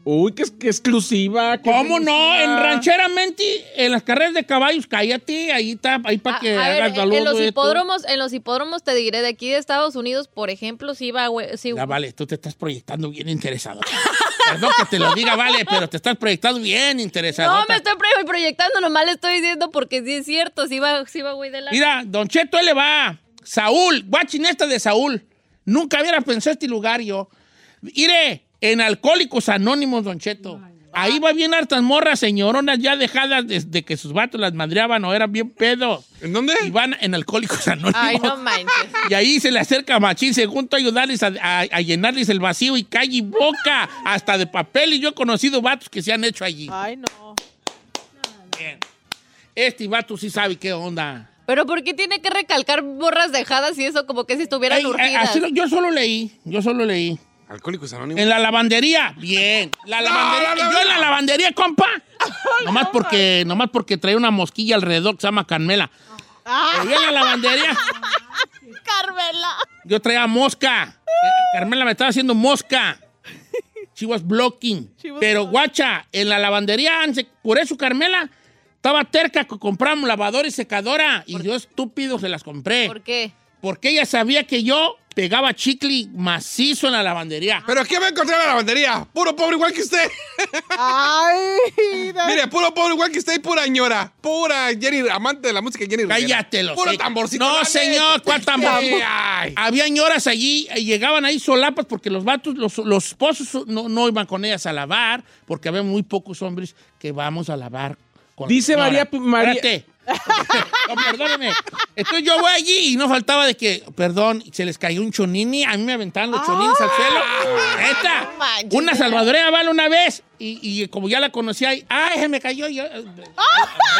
Uy, qué, qué exclusiva. qué
¿Cómo no?
exclusiva.
En rancheramente, en las carreras de caballos, cállate, ahí está, ahí para
A-
que
a ver,
hagas
en-
valor
en los
de esto.
hipódromos, en los hipódromos te diré de aquí de Estados Unidos, por ejemplo, si va, güey, sí-
Ya, vale, tú te estás proyectando bien interesado. Perdón que te lo diga, vale, pero te estás proyectando bien interesado.
no me estoy pre- proyectando, nomás le estoy diciendo porque sí es cierto, si va, sí va güey de la
Mira, Don Cheto, él le va. Saúl, guachin esta de Saúl. Nunca hubiera pensado este lugar yo. Iré en Alcohólicos Anónimos, Don Cheto. Ahí va bien hartas morras, señoronas, ya dejadas desde que sus vatos las madreaban o eran bien pedos.
¿En dónde?
Y van en Alcohólicos Anónimos.
Ay, no manches.
Y ahí se le acerca Machín, según tú ayudarles a, a- a llenarles el vacío y calle y boca, hasta de papel. Y yo he conocido vatos que se han hecho allí.
Ay, no.
Bien. Este vato sí sabe qué onda.
Pero ¿por qué tiene que recalcar borras dejadas y eso como que si estuvieran
Ey, eh,
urgidas?
así lo- yo solo leí, yo solo leí.
Alcohólicos Anónimos.
En la lavandería, bien. La lavandería,
la lavandería.
yo en la lavandería, compa. nomás porque, nomás porque traía una mosquilla alrededor que se llama Carmela. Pero yo en la lavandería,
Ah. Carmela.
yo traía mosca. Eh, Carmela me estaba haciendo mosca. She was blocking.
She was
Pero
blocking.
guacha, en la lavandería, antes, por eso Carmela estaba terca que compramos lavadora y secadora. Y yo estúpido se las compré.
¿Por qué?
Porque ella sabía que yo pegaba chicle macizo en la lavandería.
¿Pero qué va a encontrar en la lavandería? Puro pobre igual que usted.
Ay, de-
Mire, puro pobre igual que usted y pura ñora. Pura Jenny, amante de la música Jenny Rivera.
Cállate los.
Puro tamborcito.
No,
dale.
señor, ¿cuál
Sí,
tamborcito?
ay.
Había ñoras allí, eh, llegaban ahí solapas porque los vatos, los, los esposos no, no iban con ellas a lavar, porque había muy pocos hombres que vamos a lavar con
Dice
la señora.
María- María-
Espérate. no, perdóneme. Entonces yo voy allí y no faltaba de que, perdón, se les cayó un chonini, a mí me aventaban los choninis al suelo. Neta,
manches,
una salvadoreña vale una vez y, y como ya la conocía, ahí, ay, se me cayó. y yo, eh, eh,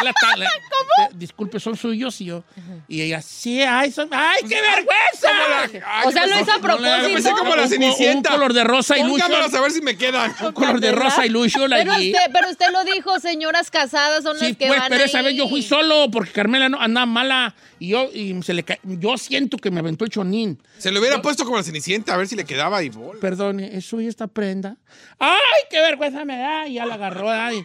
la ta- la- eh, disculpe, son suyos y yo. Y ella, sí, ay, son, ay, qué vergüenza.
o
Ay,
sea,
Ah, ¿qué
lo
pasó?
hizo a
No le hagas-
Yo pensé
propósito.
como
Un-
la
un-
cenicienta.
un color de rosa y
Póngamelos
lucho.
a ver si me quedan.
Un color de rosa illusion
Pero
allí.
usted, pero usted lo dijo, señoras casadas son
Sí,
las que
pues,
van
pero esa
ahí.
vez yo fui solo porque Carmela no, andaba mala y yo y se le ca- yo siento que me aventó el chonín.
Se lo hubiera puesto como la cenicienta a ver si le quedaba y bol.
Perdone, ¿es suya esta prenda? ¡Ay, qué vergüenza me da! Y ya la agarró. ay.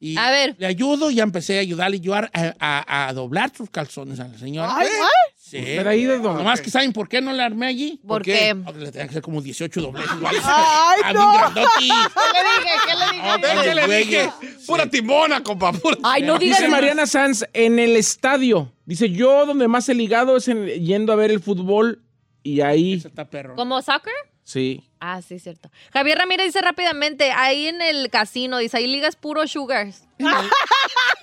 Y
A ver.
Le ayudo y ya empecé a ayudarle yo a, a- a doblar sus calzones a la señora.
Ay,
¿Eh?
ay.
Sí.
Pues,
Pero ahí de dónde.
Nomás que saben por qué no la armé allí.
¿Por
qué?
qué?
Ah, Le tenían que hacer como 18 dobleces. iguales.
Ay,
Ah,
no.
bien grandotis.
¿Qué le dije? ¿Qué le dije?
Ah,
¿Ves
Ay,
que le
güey.
dije? Pura timona, compa. Pura
Ay, no digas.
Dice Mariana Sanz, en el estadio. Dice, yo donde más he ligado es en- yendo a ver el fútbol y ahí,
Eso está perro.
¿Como soccer?
sí.
Ah, sí, cierto. Javier Ramírez dice rápidamente, ahí en el casino, dice, ahí ligas puro sugars.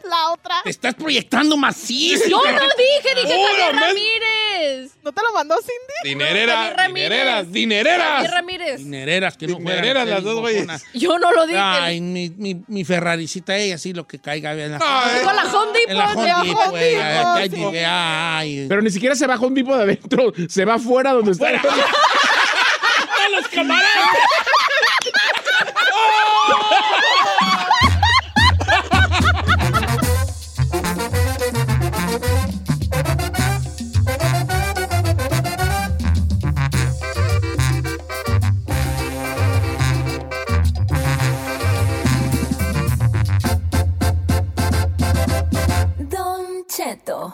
la otra.
Te estás proyectando macizo.
Yo no dije, dije
Puro,
Javier
man.
Ramírez.
¿No te lo mandó Cindy?
Dinerera,
Javier Ramírez.
dinereras,
Javier
dinereras.
Ramírez.
Dinereras que no juegan.
Dinereras las
tenis,
dos, güeyes.
mojonas.
Yo no lo dije.
Ay, mi, mi, mi Ferraricita, ella sí lo que caiga en la,
Ay,
Con la Home Depot.
en la
de la
Honda,
Home
güey.
Depot,
Ay,
sí.
ay, ay.
Pero ni siquiera se baja un tipo de adentro, se va afuera donde está. el-
¡A los camaradas!
Don Cheto.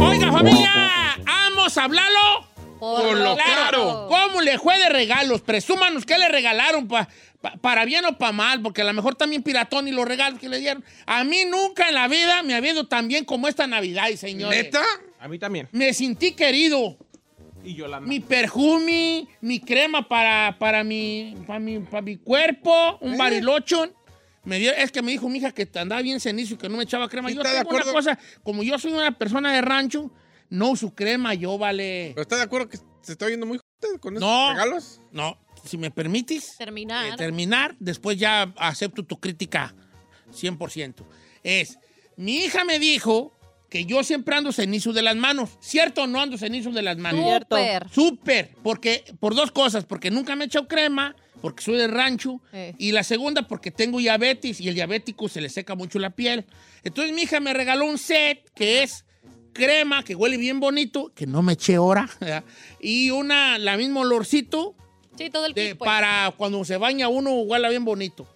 Oiga, familia, vamos a hablarlo.
Por lo claro.
¿Cómo le fue de regalos? Presúmanos qué le regalaron pa- pa- para bien o para mal, porque a lo mejor también piratón y los regalos que le dieron. A mí nunca en la vida me ha habido tan bien como esta Navidad, y señores.
¿Neta?
A mí también.
Me sentí querido.
Y yo la
Mi perfume, mi crema para, para, mi, para, mi, para mi cuerpo,
¿Eh?
un body lotion. Me dio- es que me dijo mi hija que andaba bien cenizo y que no me echaba crema.
Sí,
Yo
está de
tengo una
acuerdo.
cosa, como yo soy una persona de rancho, no uso crema, yo vale.
¿Pero está de acuerdo que se está oyendo muy joder con esos
No.
regalos?
No, si me permitís
Terminar.
eh, terminar, después ya acepto tu crítica 100%. Es, mi hija me dijo que yo siempre ando cenizo de las manos. ¿Cierto o no ando cenizo de las manos?
Súper.
Súper, porque por dos cosas, porque nunca me he echado crema, porque soy de rancho,
Eh.
y la segunda porque tengo diabetes y el diabético se le seca mucho la piel. Entonces mi hija me regaló un set que es crema que huele bien bonito, que no me eché ahora, ¿verdad? y una la mismo olorcito
Sí, todo el
de-
kit, pues.
para cuando se baña uno huela bien bonito.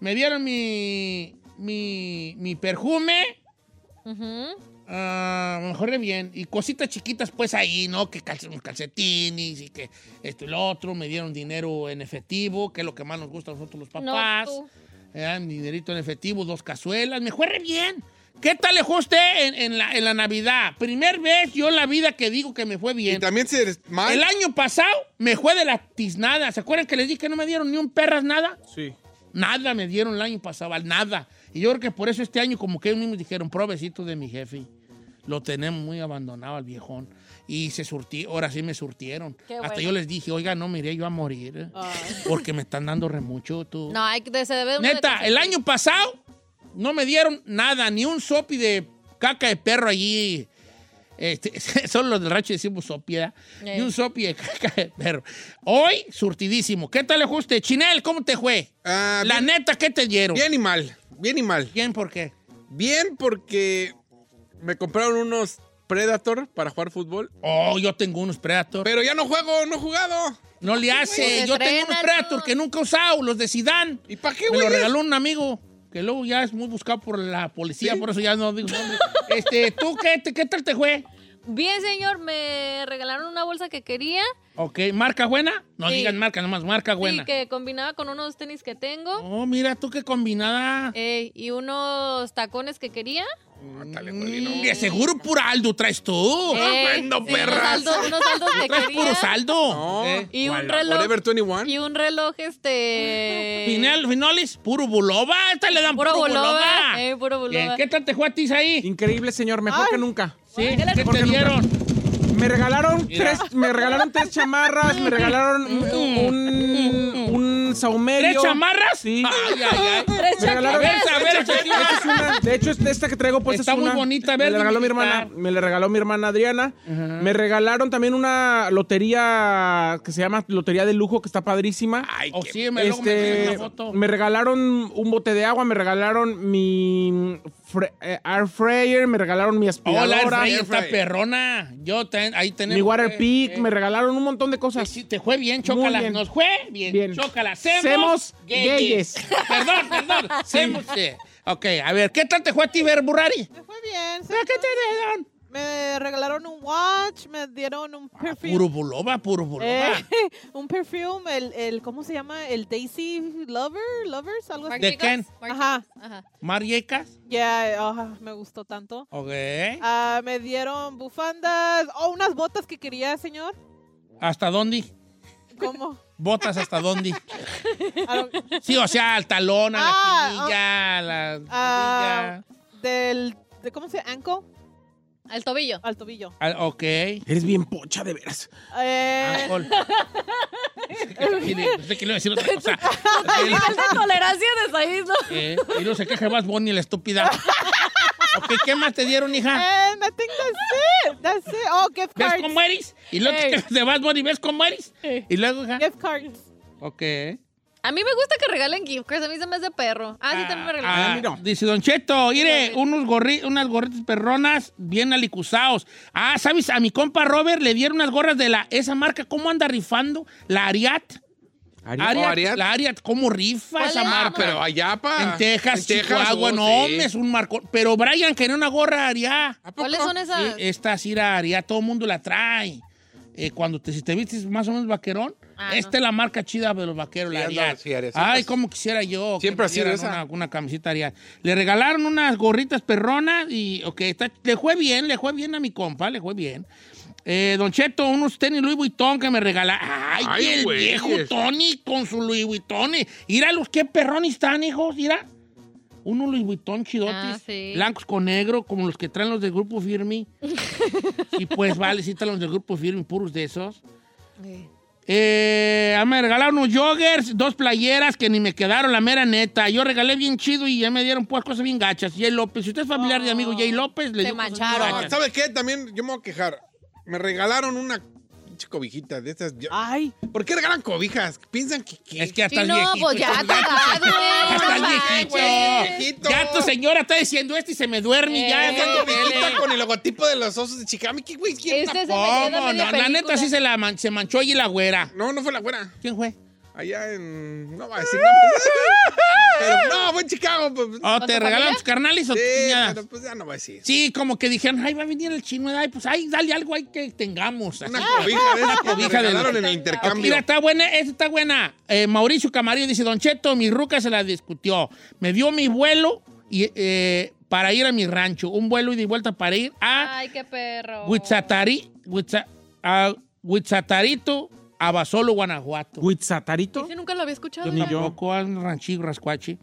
Me dieron mi mi mi perfume
Ujú.
Ah, mejor de bien. Y cositas chiquitas, pues ahí, ¿no? Que calc- calcetines y que esto y lo otro. Me dieron dinero en efectivo, que es lo que más nos gusta a nosotros los
No,
papás.
tú.
Me dan dinerito en efectivo, dos cazuelas. Me fue re bien. ¿Qué tal le fue a usted en, en la, en la Navidad? Primer vez yo en la vida que digo que me fue
Y
bien.
también se... mal.
El año pasado me fue de la tiznada. ¿Se acuerdan que les dije que no me dieron ni un perras nada?
Sí.
Nada me dieron el año pasado, nada. Y yo creo que por eso este año como que ellos mismos dijeron, provecito de mi jefe. Lo tenemos muy abandonado al viejón. Y se surtí, ahora sí me surtieron.
Qué
Hasta
bueno.
yo les dije, oiga, no me iré yo a morir. ¿eh? Porque me están dando re mucho tú.
No, hay que se debe uno de
Neta, el año pasado no me dieron nada, ni un sopi de caca de perro allí. Este, son los del rancho decimos sopi, ¿verdad?
Eh.
Ni un sopi de caca de perro. Hoy, surtidísimo. ¿Qué tal le fue a usted? Chinel, ¿cómo te fue?
Ah,
La
bien,
neta, ¿qué te dieron?
bien y mal. Bien y mal.
Bien, ¿por qué?
Bien porque me compraron unos Predator para jugar fútbol.
Oh, yo tengo unos Predator.
Pero ya no juego, no he jugado.
no le hace.
Pues
Yo tengo unos
estrénalos.
Predator que nunca he usado, los de Sidán.
¿Y para qué,
Me
güey?
lo regaló un amigo que luego ya es muy buscado por la policía, por eso ya no digo nombre. Este, ¿tú qué, te- qué tal te fue?
Bien, señor, me regalaron una bolsa que quería.
Ok, ¿marca buena? No
Sí.
digan marca nomás, marca buena.
Sí, que combinaba con unos tenis que tengo.
Oh, mira tú qué combinada.
eh, y unos tacones que quería.
Mm, de seguro pura Aldo traes tú.
Eh,
bueno,
sí, unos
perras.
saldos, unos saldos que
Traes puro
quería.
saldo.
No.
Eh.
Y un
Wala-
reloj.
Forever 21.
Y un reloj, este.
Final, finolis, puro buloba. A Esta le dan puro,
Puro
buloba.
boloba. Eh, puro
Bien,
boloba.
¿Qué tal te fue a ti ahí?
Increíble, señor. Mejor que nunca.
Sí,
¿Qué les
¿qué te dieron?
Me regalaron
Mira. Mm,
tres, me regalaron tres chamarras, me regalaron un, un saumerio.
¿Tres chamarras?
Sí.
Ay, ay, ay.
Tres
Me
A
regalaron-
ver,
chaquetas.
a ver,
Esta es una- de hecho, esta- esta que traigo pues
Está
es
muy
una-
bonita,
Me
verde
la regaló mi
militar.
hermana, me la regaló mi hermana Adriana. Me regalaron también una lotería que se llama Lotería de Lujo, que está padrísima.
Ay,
O
qué-
Oh, sí, me, luego me
Este,
enseñas la foto.
me regalaron un bote de agua, me regalaron mi fre- eh, air fryer, me regalaron
Oh,
mi
la
aspiradora,
air fryer está
fryer.
perrona. Yo ten- ahí tenemos.
mi water
eh,
pick,
eh.
me regalaron un montón de cosas.
Sí, te fue bien, chócala.
bien.
Nos fue bien,
Bien.
chócala.
Semos
Semos
gayes.
perdón, perdón. Semos. eh. Ok, a ver, ¿qué tal te fue a ti, Ver Burrari?
Me fue bien.
¿Pero qué
señor.
te dieron?
Me regalaron un watch, me dieron un perfume.
Puro buloba, puro buloba.
Eh, un perfume, el, el, ¿cómo se llama? El Daisy Lover, Lovers, algo así.
Marc
¿De
Jacobs,
quién?
Marc
Ajá.
Jacobs, Ajá.
¿Mariecas?
Ya, ah, me gustó tanto.
Ok.
Ah, me dieron bufandas, o unas botas que quería, señor.
¿Hasta dónde?
¿Cómo?
¿Botas hasta dónde?
A lo-
Sí, o sea, al talón, a la
Ah,
espinilla, a la rodilla.
ah, del, de, ¿cómo se llama? Ankle.
Al tobillo.
Al tobillo.
Ah, ok.
Eres bien pocha, de veras.
Eh,
Alcohol. Mire, Pensé que le iba a decir otra cosa.
El nivel de tolerancia de Said, ¿no?
Eh, y no se queje más Bonnie, la estúpida. Ok, ¿qué más te dieron, hija?
and I think that's it. That's it. Oh, gift
¿Ves
cards.
cómo eres? Y luego te
Ey.
quejas de Bad Bunny, ¿ves cómo eres?
Ey.
Y luego, hija.
Gift cards.
Ok.
A mí me gusta que regalen gift cards. A mí se me hace perro. Ah, sí, también me
Ah,
regalaron.
ah, dice Don Cheto, mire, unos gorri- unas gorritas perronas bien alicuzados. Ah, ¿sabes? A mi compa Robert le dieron unas gorras de la esa marca. ¿Cómo anda rifando? La Ariat. Ariat,
Ariat.
La Ariat, ¿cómo rifa
¿Cuál
esa
es?
marca?
Ah, pero allá para.
En Texas,
oh,
Chihuahua, no, hombre, es un marco. Pero Brian quería una gorra Ariat.
¿Cuáles son esas?
Eh, Esta Sira Ariat, todo el mundo la trae. Eh, cuando te, si te vistes más o menos vaquerón,
Ah,
esta es la marca chida de los vaqueros, la
Sí, ando-
Ariat.
sí, Ariat, siempre
Ay,
es-
cómo quisiera yo. que
Siempre
me
ha sido
dieran
esa.
Una, una camiseta Ariat. Le regalaron unas gorritas perronas y, ok, está- le fue bien, le fue bien a mi compa, le fue bien. Eh, don Cheto, unos tenis Louis Vuitton que me regalaron. Ay,
Ay,
el
güeyes.
viejo Tony con su Louis Vuitton. Mira los que perrones están, hijos, mira. Uno Louis Vuitton chidotes,
Ah, sí.
blancos con negro, como los que traen los del Grupo Firme. y pues vale, sí traen los del Grupo Firme, puros de esos. Eh, ah, me regalaron unos joggers, dos playeras que ni me quedaron, la mera neta. Yo regalé bien chido y ya me dieron pues cosas bien gachas. Jay López, si usted es familiar de amigo Jay López, le
Oh, Te
dio cosas bien
mancharon.
gachas.
¿Sabe qué? También yo me voy a quejar. Me regalaron una pinche cobijita de estas. Yo-
Ay.
¿Por qué regalan cobijas? Piensan que. que-
Es que hasta
Sí,
el
no,
viejito.
pues ya
estos
te
gachos,
vas, güey,
Hasta el
no
viejito.
manches.
Viejito.
Ya tu señora está diciendo esto y se me duerme.
Eh.
Ya,
Esta
ya me duele.
cobijita con el logotipo de los osos de Chicago. ¿Qué güey? ¿Quién
Este
tapó?
se me queda
¿Cómo?
media
No, la neta
película.
sí se, la man- se manchó y la güera.
No, no fue la buena.
¿Quién fue?
Allá en. No va a decir nombres. Pero no, fue en Chicago. Pues,
¿O
¿Con
Oh, te
tu
regalaron
familia?
tus carnales o
sí,
tus cuñadas?
pero pues ya no va a decir.
Sí, como que dijeron, ay, va a venir el chino, ay, pues ay, dale algo ahí que tengamos. Así.
Una cobija de esas que me
cobija de-
regalaron
Ok,
en el
Mira,
intercambio.
está buena, esta está buena. Eh, Mauricio Camarillo dice, Don Cheto, mi ruca se la discutió. Me dio mi vuelo y, eh, para ir a mi rancho. Un vuelo y de vuelta para ir a
Ay, qué perro.
Huitzatari, Huitza- a Huitzatarito, a Basolo, Guanajuato.
¿Huitzatarito?
Ese nunca lo había escuchado.
Yo ni
oiga.
yo.
Tampoco a un ranchillo rascuachi.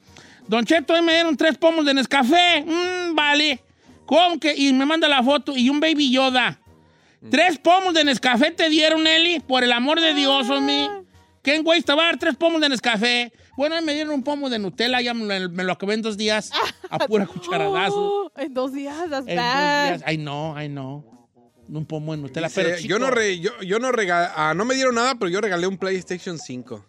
Don Cheto, ahí me dieron tres pomos de Nescafé. Mm, vale. ¿Cómo que? Y me manda la foto y un baby Yoda. Tres pomos de Nescafé te dieron, Eli. Por el amor de Dios, homie. ¿Quién, güey, te va a dar tres pomos de Nescafé? Bueno, ahí me dieron un pomo de Nutella. Ya me lo, me lo acabé en dos días. A pura cucharadazo.
Oh, en dos días, that's
En dos
bad.
días. Ay, no, ay, no. Un pomo de Nutella.
Dice,
pero chico.
eh, yo no re, yo, yo no regalé, no me dieron nada, pero yo regalé un PlayStation 5.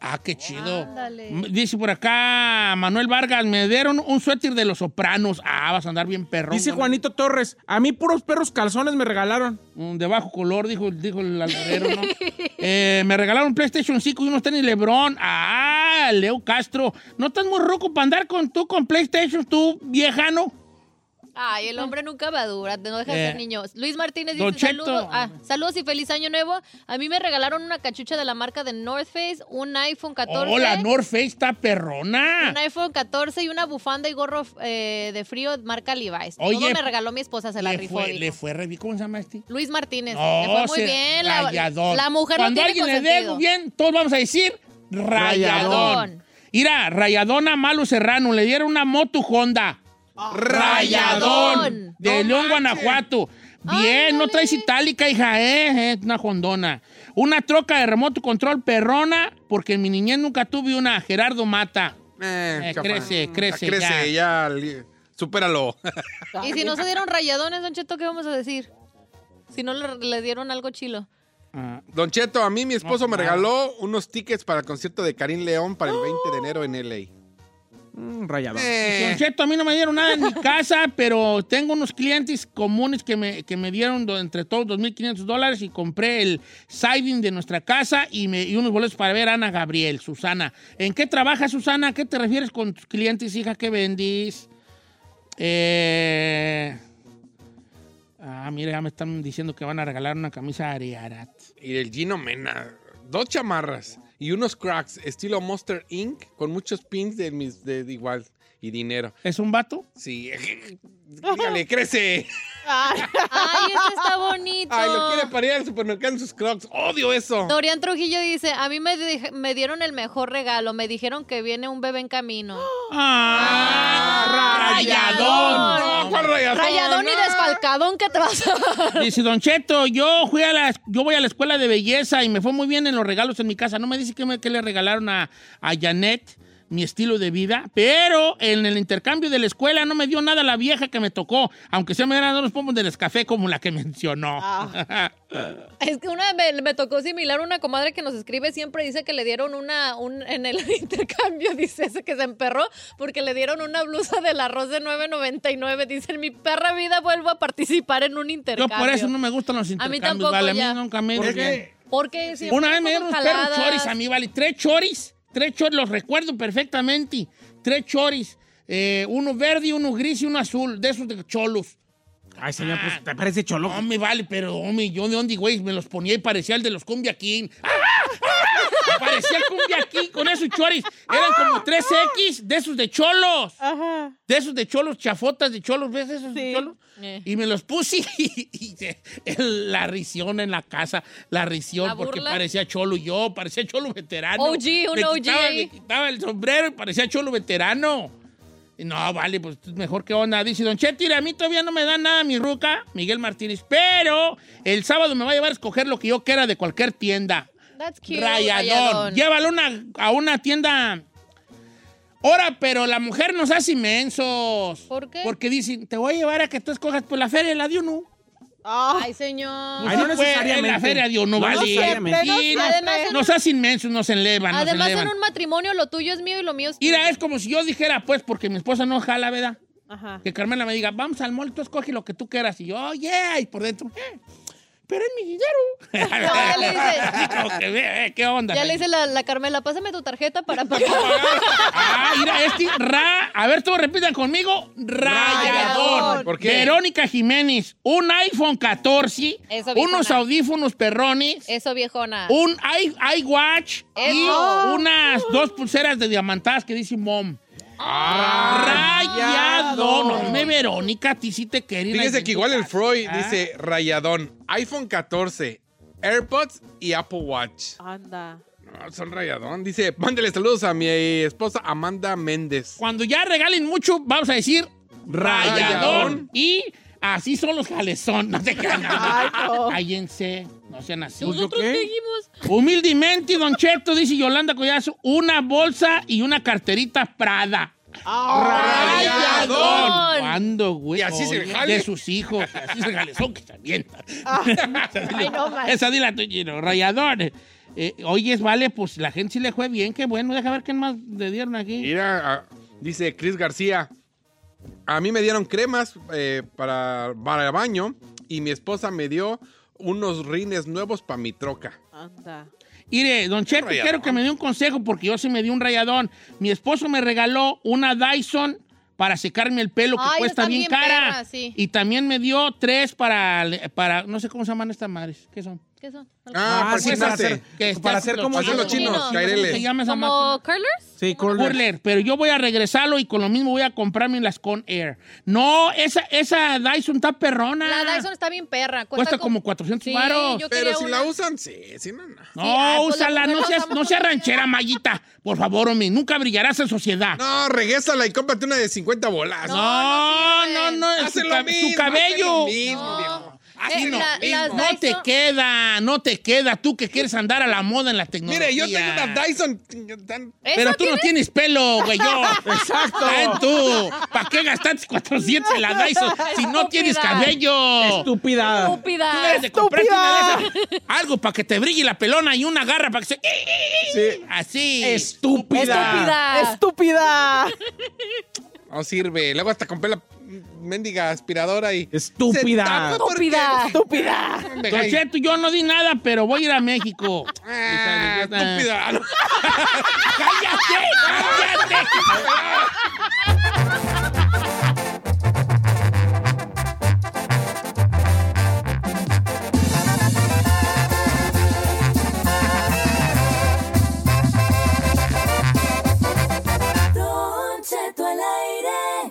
Ah, qué chido.
Ándale.
M- Dice por acá Manuel Vargas, me dieron un suéter de los sopranos. Ah, vas a andar bien perro.
Dice Juanito Torres, a mí puros perros calzones me regalaron.
Mm, De bajo color, dijo, dijo el alburero, ¿no? Eh, me regalaron un PlayStation 5 y unos tenis Lebron. Ah, Leo Castro. No estás muy roco para andar con tú con PlayStation, tú viejano.
Ay, el hombre nunca madura, no deja de
Eh.
ser niño. Luis Martínez
Don
dice
Cheto.
saludos, ah, saludos y feliz año nuevo. A mí me regalaron una cachucha de la marca de North Face, un iPhone 14.
Hola, North Face está perrona.
Un iPhone 14 y una bufanda y gorro eh, de frío marca Levi's.
Oye,
Todo me regaló mi esposa, se la
Le
rifó.
fue,
dijo.
le fue re bien. ¿Cómo se llama este?
Luis Martínez.
No,
Pues, le fue muy
se-
bien. La,
rayadón.
la mujer
Cuando
lo tiene
alguien le dé
consentido.
bien, todos vamos a decir rayadón.
Rayadón.
Mira, rayadón a Malu Serrano. Le dieron una moto Honda. Rayadón.
Ah. Rayadón.
De
No
León,
manches.
Guanajuato. Bien, no
Ándale.
traes itálica, hija, eh, eh, una hondona. Una troca de remoto control perrona, porque en mi niñez nunca tuve una. Gerardo Mata.
Eh,
Eh,
chafa.
crece,
Ah,
crece,
Crece, ya. li- Supéralo.
Y si no se dieron rayadones, Don Cheto, ¿qué vamos a decir? Si no le, le dieron algo chilo.
Ah,
Don Cheto, a mí mi esposo
No,
me
no.
regaló unos tickets para el concierto de Karim León para el 20 de enero en LA.
Mm, rayadón.
Eh,
Don Cheto, a mí no me dieron nada en mi casa, pero tengo unos clientes comunes que me, que me dieron do- entre todos 2.500 dólares y compré el siding de nuestra casa y, me, y unos boletos para ver a Ana Gabriel, Susana. ¿En qué trabajas, Susana? ¿A qué te refieres con tus clientes, hija? ¿Qué vendís? Eh... Ah, mira, ya me están diciendo que van a regalar una camisa a Ariarat.
y el Gino Mena. Dos chamarras y unos cracks estilo Monster Inc. con muchos pins de mis de, de igual. y dinero.
¿Es un vato?
Sí. Dígale, crece.
Ay, este está bonito.
Ay, lo quiere parir al supermercado en sus crocs. Odio eso.
Dorian Trujillo dice, a mí me, dij- me dieron el mejor regalo, me dijeron que viene un bebé en camino.
¡Ah! ¡Rayadón!
No, ¿cuál rayadón?
Rayadón y desfalcadón que te vas a...
Dice Don Cheto, yo, fui a la, yo voy a la escuela de belleza y me fue muy bien en los regalos en mi casa. No me dice qué, me- qué le regalaron a, a Janet, mi estilo de vida, pero en el intercambio de la escuela no me dio nada la vieja que me tocó, aunque se me hubieran dado los pomos del café como la que mencionó.
Ah, Es que una me, me tocó similar, una comadre que nos escribe siempre dice que le dieron una, un, en el intercambio, dice ese que se emperró, porque le dieron una blusa del arroz de 9.99. Dice, en mi perra vida vuelvo a participar en un
yo
intercambio.
por eso no me gustan los intercambios,
tampoco,
vale, a mí
ya.
nunca me
¿Por
dio
qué?
bien.
Porque siempre
Una vez me dieron
somos
unos perros
jaladas.
choris a mí, vale. Tres choris. Tres choris, los recuerdo perfectamente. Tres choris. Eh, uno verde, uno gris y uno azul. De esos de cholos.
Ay, señor, pues te parece cholo.
No me vale, pero hombre, yo de dónde, güey, me los ponía y parecía el de los Cumbia King. ¡Ah! ¡Ah! Parecía el Cumbia King con esos choris. Eran como 3X de esos de cholos.
¡Ah! Ajá.
De esos de cholos, chafotas de cholos, ¿ves esos de
Sí.
cholos?
Eh.
Y me los puse y, y se- el- la risión en la casa, la risión,
¿La
porque
burla?
parecía cholo yo, parecía cholo veterano.
OG, un
me
OG
Quitaba,
ahí.
me quitaba el sombrero y parecía cholo veterano. Y No, vale, pues mejor que onda. Dice Don Cheto, "Mira, a mí todavía no me da nada mi ruca, Miguel Martínez, pero el sábado me va a llevar a escoger lo que yo quiera de cualquier tienda.
That's cute,
Rayadón.
rayadón.
Llévalo una- a una tienda. Ahora, pero la mujer nos hace inmensos.
¿Por qué?
Porque dicen, te voy a llevar a que tú escojas pues la feria, la de uno.
Ah,
Ay, señor.
Ay, no
Pues,
necesariamente.
En la feria de uno,
No
vale.
necesariamente.
Sí,
Siempre
nos,
nos-
Ah. Además, en
nos hace inmensos, nos elevan, nos
Además, en
elevan.
un matrimonio lo tuyo es mío y lo mío es tuyo.
Mira, es como si yo dijera, pues, porque mi esposa no jala, ¿verdad?
ajá.
Que Carmela me diga, vamos al mall, tú escoge lo que tú quieras. Y yo, oye, y por dentro, "Eh, pero es mi dinero.
ya le dice-
Así como que, "Eh, eh, ¿Qué onda?
Ya
Rey?"
le dice la, la Carmela, pásame tu tarjeta para pagar.
Ah, mira, este ra. A ver, todos repitan conmigo. Rayador.
Rayador.
¿Por qué?
Verónica Jiménez. Un iPhone 14.
Eso, viejona.
unos audífonos perrones.
Eso, viejona.
Un i- iWatch. Y
Eso.
unas dos pulseras de diamantadas que dice mom. Rayador. No, hombre, Verónica, a ti sí te quería.
Fíjese que igual el Freud
Ah.
dice rayadón, iPhone 14, AirPods y Apple Watch.
Anda.
No, son rayadón. Dice, mándele saludos a mi esposa Amanda Méndez.
Cuando ya regalen mucho, vamos a decir rayador.
Rayador.
Y así son los jalezón. No se crean.
Ay, no.
Cállense. No sean así.
Pues
Nosotros
qué?
dijimos.
Humildemente, Don Cheto, dice Yolanda Collazo, una bolsa y una carterita Prada.
¡Rayadón!
¿Cuándo, güey?
Y así se
Oye,
jale.
De sus hijos. que Así se jalezón que se avientan. esa, dile,
Ay, no más.
esa dile a tu chino, rayador. Eh, oye, vale, pues la gente sí le fue bien. Qué bueno. Deja ver quién más le dieron aquí.
Mira, ah, dice Chris García, a mí me dieron cremas eh, para, para el baño y mi esposa me dio unos rines nuevos para mi troca.
Anda.
Mire, Don Cheto,
Rayadón.
quiero que me dé un consejo porque yo sí me di un rayadón. Mi esposo me regaló una Dyson para secarme el pelo que
Ay,
cuesta
están
bien,
bien
cara.
perras, sí.
Y también me dio tres para, para no sé cómo se llaman estas madres. ¿Qué son?
¿Qué son?
Ah, para
sí,
peinarse.
hacer-
Que está-
para hacer
los
como
Hacen los
chinos,
chinos,
¿Cómo se
caireles.
llama esa
¿Como
máquina?
curlers?
Sí, curler.
Curler, pero yo voy a regresarlo y con lo mismo voy a comprarme las con Air. No, esa, esa Dyson está perrona.
La Dyson está bien perra.
cuesta como 400
Sí,
varos.
yo quería
Pero si
una.
la usan, sí, sí, no, no.
No,
ah, pues la
úsala,
mujer
no
no
seas,
usamos
no seas
con-
ranchera, Mayita. Por favor, homie, nunca brillarás en sociedad.
No, regrésala y cómprate una de 50 bolas.
No, no, no,
no sirven.
es su,
Hace lo
cab-
mismo,
su
hace
cabello.
lo mismo,
No.
viejo.
Eh,
Hace lo
la-
mismo.
las
No te
Dyson-
queda, no te queda. Tú que quieres andar a la moda en la tecnología.
Mire, yo tengo una Dyson. tan-
¿Esa
Pero tú no
tiene?
tienes pelo, güey, yo.
Exacto.
Ay, tú. ¿Para qué gastaste 400 en la Dyson si no
Estúpida.
tienes cabello?
Estúpida.
Estúpida.
Tú debes de comprarte una de esas. Algo para que te brille la pelona y una garra para que se...
Sí.
Así.
Estúpida.
Estúpida.
Estúpida.
No sirve. Luego hasta compré la mendiga aspiradora y.
Estúpida.
Se tapa porque-
Estúpida.
Estúpida.
Me
Don
cae-
Cheto, yo no di nada, pero voy a ir a México.
Ah, estúpida.
¡Cállate! ¡Cállate!
Don Cheto al aire.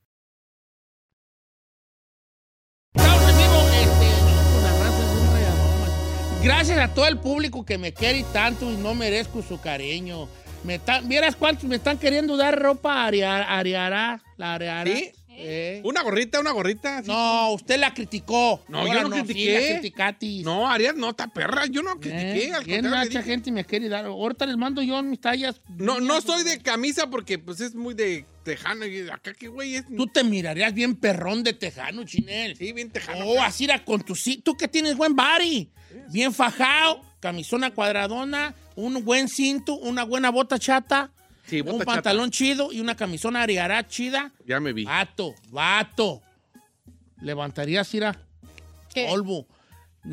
este, Gracias a todo el público que me quiere tanto y no merezco su cariño. Me están- ¿Vieras cuántos me están queriendo dar ropa aria- ariará? ¿La areará?
¿Sí? Una gorrita, una gorrita.
No, usted la criticó.
No,
Ahora
yo no,
no, sí, la
critiqué.
criticatis.
no, Arias, no, ta perra, yo no critiqué. al
bien,
contrario,
mucha gente me quiere dar. Ahorita les mando yo mis tallas.
No, no soy de camisa porque pues es muy de tejano y acá qué güey es.
Tú te mirarías bien perrón de tejano, chinel.
Sí, bien tejano.
Oh, así era con tu sí. Tú que tienes buen body. Bien fajado, camisona cuadradona, un buen cinto, una buena bota chata,
Sí,
un
bota chata.
pantalón chido y una camisona ariará chida.
Ya me vi.
Vato, vato. Levantarías, Ira. Polvo.
Why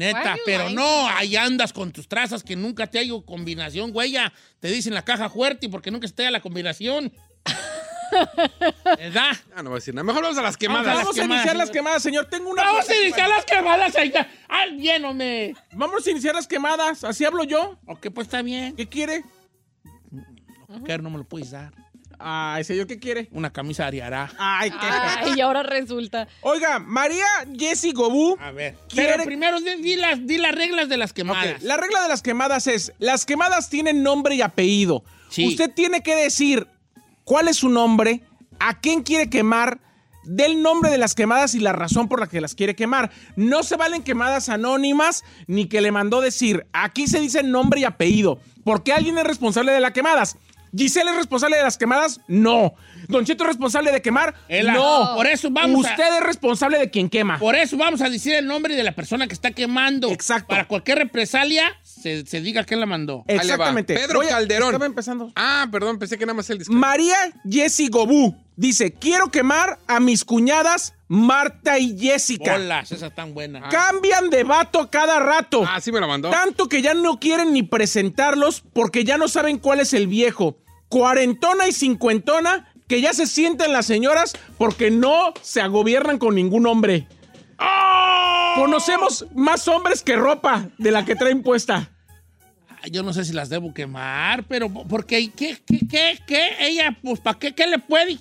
are
Neta,
you
pero
lying?
no, ahí andas con tus trazas que nunca te hallo combinación, güeya. Te dicen la caja fuerte porque nunca se te da la combinación. ¿Verdad?
Ah, no voy a decir nada. Mejor vamos a las
Vamos,
quemadas.
a iniciar las quemadas, señor. Tengo una.
Vamos a
cosa
iniciar las quemadas allá. ¡Lléname!
Vamos a iniciar las quemadas. Así hablo yo.
Ok, pues está bien.
¿Qué quiere?
Mujer, no me lo puedes dar.
Ay, señor, ¿qué quiere?
Una camisa ariará.
Ay, qué.
Ay, y ahora resulta.
Oiga, María Jessie Gobú.
A ver.
¿Quiere-
Pero primero di, di las, di las reglas de las quemadas.
La regla de las quemadas es, las quemadas tienen nombre y apellido. Usted tiene que decir cuál es su nombre, a quién quiere quemar, del nombre de las quemadas y la razón por la que las quiere quemar. No se valen quemadas anónimas ni que le mandó decir. Aquí se dice nombre y apellido. Porque alguien es responsable de las quemadas. Giselle es responsable de las quemadas, no. Don Cheto es responsable de quemar,
Ela,
no.
por eso vamos a-
Usted es responsable de quien quema.
Por eso vamos a decir el nombre de la persona que está quemando. Exacto. Para cualquier represalia, se, se diga quién la mandó.
Ahí le va. Pedro Calderón.
estaba empezando.
Ah, perdón, pensé que nada más el disco.
María Jessie Gobú dice: Quiero quemar a mis cuñadas Marta y Jessica.
Bolas, esa tan buena.
Cambian de vato a cada rato.
Ah, sí me la mandó.
Tanto que ya no quieren ni presentarlos porque ya no saben cuál es el viejo. Cuarentona y cincuentona que ya se sienten las señoras porque no se agobiernan con ningún hombre. ¡Oh! Conocemos más hombres que ropa de la que traen puesta.
Ah, Yo no sé si las debo quemar, pero po- porque ¿qué, qué, qué, qué? Ella, pues, ¿para qué, qué le puede?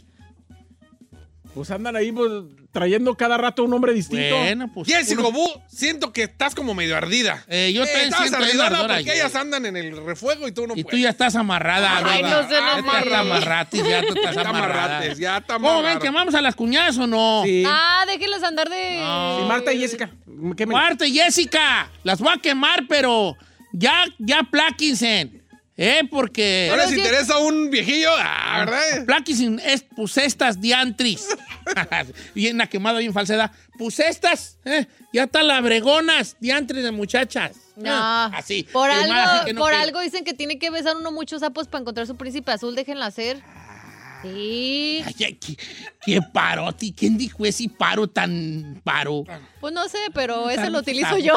Pues andan ahí pues, trayendo cada rato un hombre distinto.
Bueno, pues.
Jessy
uno-
Gobú, siento que estás como medio ardida.
Eh, yo te
estás
siento bien
ardidona
ardora
porque
yo.
ellas andan en el refuego y tú no
Y
puedes.
tú ya estás amarrada.
pues. Ay,
¿verdad?
no se nos
Ya estás
vaya.
amarratis, ya tú estás
Ya te
amarrada.
amarrates, ya te
¿Cómo ven?
amarraron.
¿Quemamos a las cuñadas o no?
Sí.
Ah, déjenlas andar de.
Sí, Marta y Jessica. quémenlas.
Marta y Jessica, las voy a quemar, pero ya, ya pláquense. ¿Eh? Porque.
¿No les interesa un viejillo? Ah, ¿verdad?
Plaquisen, es, pues estas diantris. bien una quemada, bien falsedad. Pues estas, eh, ya están labregonas, diantris de muchachas.
No.
Ah, así.
Por,
Quemada, así
algo,
que no
por
quiero.
algo dicen que tiene que besar uno muchos sapos para encontrar su príncipe azul. Déjenla hacer. Sí.
Ay, ay, qué, qué parote. ¿Quién dijo ese paro tan paro?
Pues no sé, pero ese lo
Tanto
utilizo
sapo.
yo.